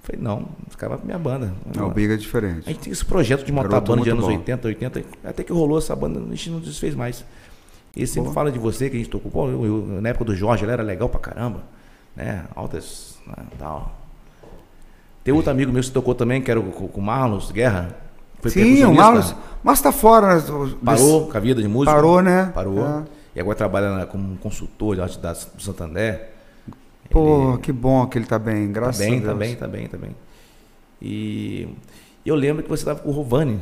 Falei, não, esse cara vai pra minha banda.
Não, o Biga é diferente.
A gente tem esse projeto de montar
Garoto
banda de
muito
anos
bom.
80, 80, até que rolou essa banda, a gente não desfez mais. Ele sempre fala de você, que a gente tocou, pô, eu- eu- na época do Jorge, ele era legal pra caramba, né, altas, né, tal. Tem outro amigo meu que tocou também, que era o, com o Marlos Guerra. foi
Sim, o
percussionista,
Marlos. Mas tá fora. né, do-
Parou com a vida de música.
Parou, né?
Parou.
É.
E agora trabalha na- como consultor de arte da- do Santander.
Pô, que bom que ele tá bem,
Tá
graças a
bem,
Deus.
tá bem, tá bem, tá bem. E eu lembro que você tava com o Rovani.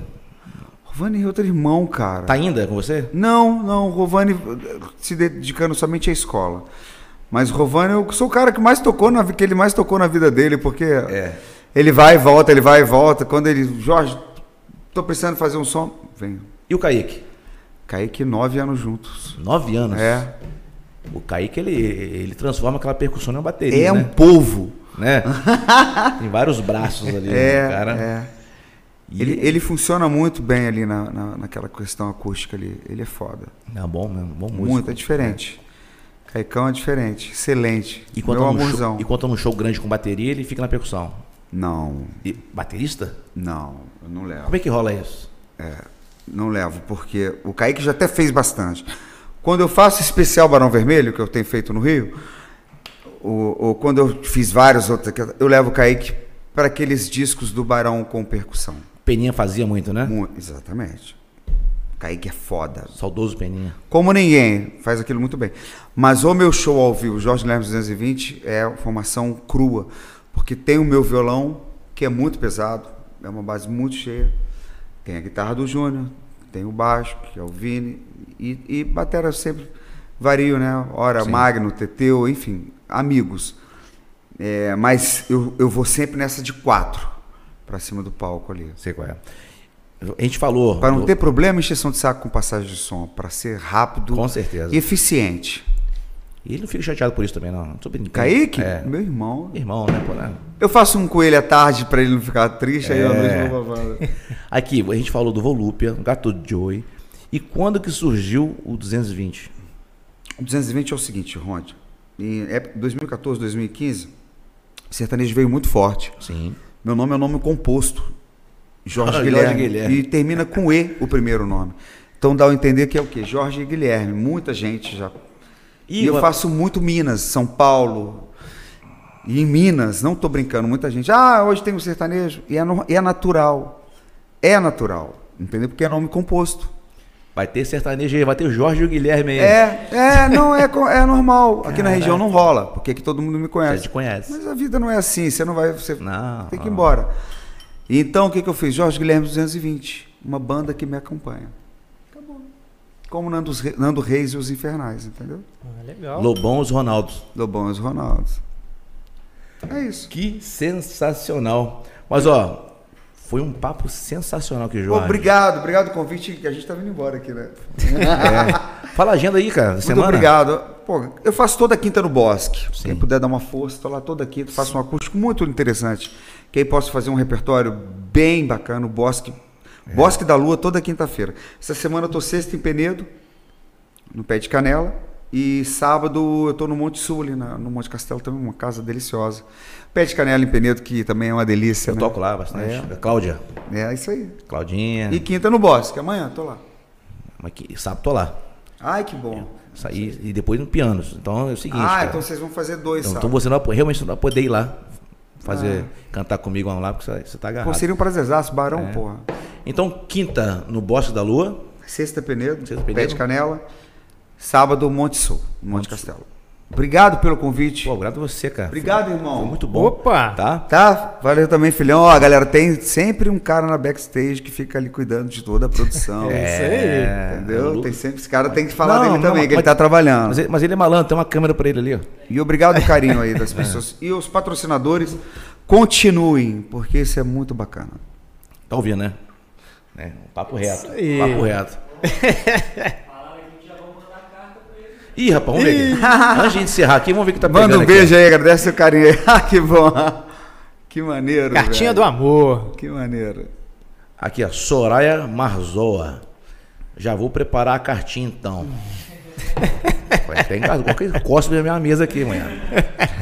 Rovani é outro irmão, cara.
Tá ainda com você?
Não, não, o Rovani eh, se dedicando somente à escola. Mas o Rovani, eu sou o cara que mais tocou na vi- que ele mais tocou na vida dele, porque
É.
ele vai e volta, ele vai e volta. Quando ele, Jorge, tô precisando fazer um som, vem.
E o Kaique?
Kaique, nove anos juntos.
Nove anos.
É,
O Kaique, ele, ele transforma aquela percussão numa bateria,
é um
né?
povo.
Né? Tem vários braços ali,
É,
né, cara.
é.
E
Ele, ele funciona muito bem ali na, na- naquela questão acústica ali. Ele é foda.
É bom mesmo, bom músico. né?
Muito, é diferente. Caicão é diferente. Excelente.
E quando,
Meu
tá num show,
É amorzão.
e quando tá num show grande com bateria, ele fica na percussão.
Não,
E baterista?
não, eu não levo. É,
Como é que rola isso?
Não levo, porque o Kaique já até fez bastante. Quando eu faço especial Barão Vermelho, que eu tenho feito no Rio, ou, ou quando eu fiz vários outros, eu levo o Kaique para aqueles discos do Barão com percussão.
Peninha fazia muito, né?
Mu- Exatamente. Kaique é foda.
Saudoso Peninha.
Como ninguém, faz aquilo muito bem. Mas o meu show ao vivo, Jorge Lemos 220, é uma formação crua, porque tem o meu violão, que é muito pesado, é uma base muito cheia, tem a guitarra do Júnior, tem o baixo, que é o Vini, e, e batera eu sempre vario, né? Hora Magno, Teteu, enfim, amigos. É, mas eu, eu vou sempre nessa de quatro para cima do palco ali.
Sei qual é. A gente falou.
Para não
do-
ter problema em extensão de saco com passagem de som, para ser rápido
Com certeza.
e eficiente.
E ele não fica chateado por isso também, não. não tô brincando.
Kaique,
É.
meu irmão.
Irmão, né, pô, né?
Eu faço um coelho à tarde para ele não ficar triste, aí eu à
É.
noite vou babando.
Aqui, a gente falou do Volúpia, do Gato Joey. E quando que surgiu o 220?
O 220 é o seguinte, Rond. Em época- 2014, 2015, o sertanejo veio muito forte.
Sim.
Meu nome é um nome composto. Jorge,
Ah, Jorge
Guilherme,
Guilherme.
E termina com E o primeiro nome. Então dá a entender que é o quê? Jorge e Guilherme. Muita gente já. E,
E
eu
uma-
faço muito Minas, São Paulo. E em Minas, não tô brincando, muita gente. Ah, hoje tem um sertanejo. E é, no- e é natural. É natural. Entendeu? Porque é nome composto.
Vai ter sertanejo aí, vai ter o Jorge e o Guilherme aí.
É, é, não, é, co- é normal. Aqui na região não rola, porque aqui todo mundo me
Você
conhece.
te conhece.
Mas a vida não é assim, você não vai. Você
Tá Não,
tem que ir
não.
embora. Então o que, que eu fiz? Jorge Guilherme 220, uma banda que me acompanha. Acabou. Como Nando, Re- Nando Reis e os Infernais, entendeu?
Ah, legal.
Lobão e os Ronaldos.
Lobão e os Ronaldos. É isso.
Que sensacional. Mas, ó, foi um papo sensacional que o Jorge.
Obrigado, obrigado o convite, que a gente tá vindo embora aqui, né?
É. Fala a agenda aí, cara. da
Muito
semana.
obrigado. Pô, eu faço toda quinta no Bosque. Quem
Sim.
puder dar uma força, estou lá toda quinta, faço um acústico muito interessante. Que aí posso fazer um repertório bem bacana, o Bosque.
É.
Bosque da Lua toda quinta-feira. Essa semana eu tô sexta em Penedo, no Pé de Canela. E sábado eu tô no Monte Sul, ali na- no Monte Castelo, também uma casa deliciosa. Pé de Canela em Penedo, que também é uma delícia,
Eu
né?
toco É. lá bastante. Cláudia.
É isso aí.
Claudinha.
E quinta no Bosque, amanhã tô lá.
Mas que, sábado tô lá.
Ai, que bom.
Isso aí, e depois no pianos. Então é o seguinte.
ah,
cara.
então vocês vão fazer dois
Então,
sábados.
então você não, vai po- realmente não vai poder ir lá fazer,
Ah.
cantar comigo lá, porque você, você tá
Pô,
agarrado.
seria um prazerzaço, Barão,
É.
porra.
Então, quinta no Bosque da Lua,
Sexta Penedo,
Sexta
Pé
Penedo.
de Canela. Sábado, Monte Sul, Monte Castelo. Obrigado pelo convite.
Pô, grato a você, cara.
Obrigado,
Foi,
irmão.
foi muito bom.
Opa!
Tá?
Tá? Valeu também, filhão. Ó, galera, tem sempre um cara na backstage que fica ali cuidando de toda a produção.
o
É
Entendeu?
Lu-
Tem sempre esse cara, tem que falar
Não,
dele
não,
também, que ele
mas-
tá trabalhando.
Mas ele, mas ele é malandro, tem uma câmera pra ele É. ali, ó.
E obrigado o carinho aí das pessoas. E os patrocinadores, continuem, porque isso é muito bacana.
Tá ouvindo, né? né? Um Papo reto.
aí.
Papo reto. Ih, rapaz, vamos ver. aqui. Antes de encerrar aqui, vamos ver o que tá pegando
Manda um
aqui, ó.
beijo aí, agradece o carinho aí. Ah, que bom. Que maneiro.
Cartinha do
velho.
amor.
Que maneiro.
Aqui, ó, Soraya Marzoa. Já vou preparar a cartinha então. Vai ter em casa, qualquer cospe na minha mesa aqui amanhã.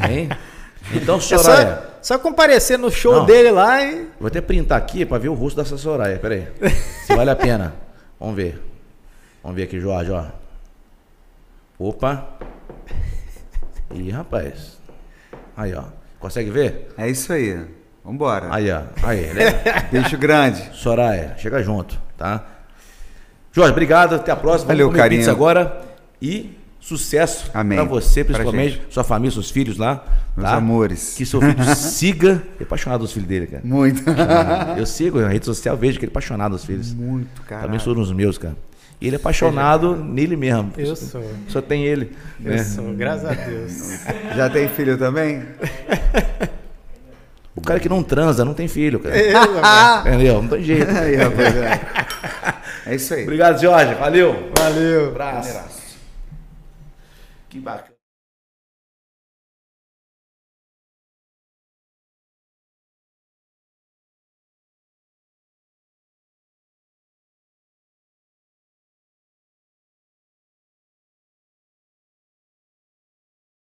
Hein? Então,
É
Soraya.
só, só comparecer no show
Não.
dele lá e.
Vou até printar aqui pra ver o rosto dessa Soraya. Pera aí. Se vale a pena. Vamos ver. Vamos ver aqui, Jorge, ó. Opa. Ih, rapaz. Aí, ó. Consegue ver?
É isso aí. Vambora.
Aí, ó. Aí, né?
Beijo grande.
Soraya, chega junto, tá? Jorge, obrigado, até a próxima.
Valeu,
Vamos comer
carinho.
pizza agora e sucesso
Amém.
pra você,
Pra
principalmente, sua família, seus filhos lá,
Meus
tá?
amores.
Que seu filho siga, Eu apaixonado dos filhos dele, cara.
Muito.
Eu sigo na rede social, vejo que ele é apaixonado dos filhos.
Muito, cara.
Também sou nos meus, cara. E ele é apaixonado nele mesmo.
Eu sou.
Só tem ele.
Eu
né?
sou, graças a Deus.
Já tem filho também?
O cara que não transa não tem filho, cara.
Eu, amor.
Entendeu? Não tem jeito.
Aí, rapaziada. É isso aí.
Obrigado, Jorge. Valeu.
Valeu.
Abraço. Que bacana.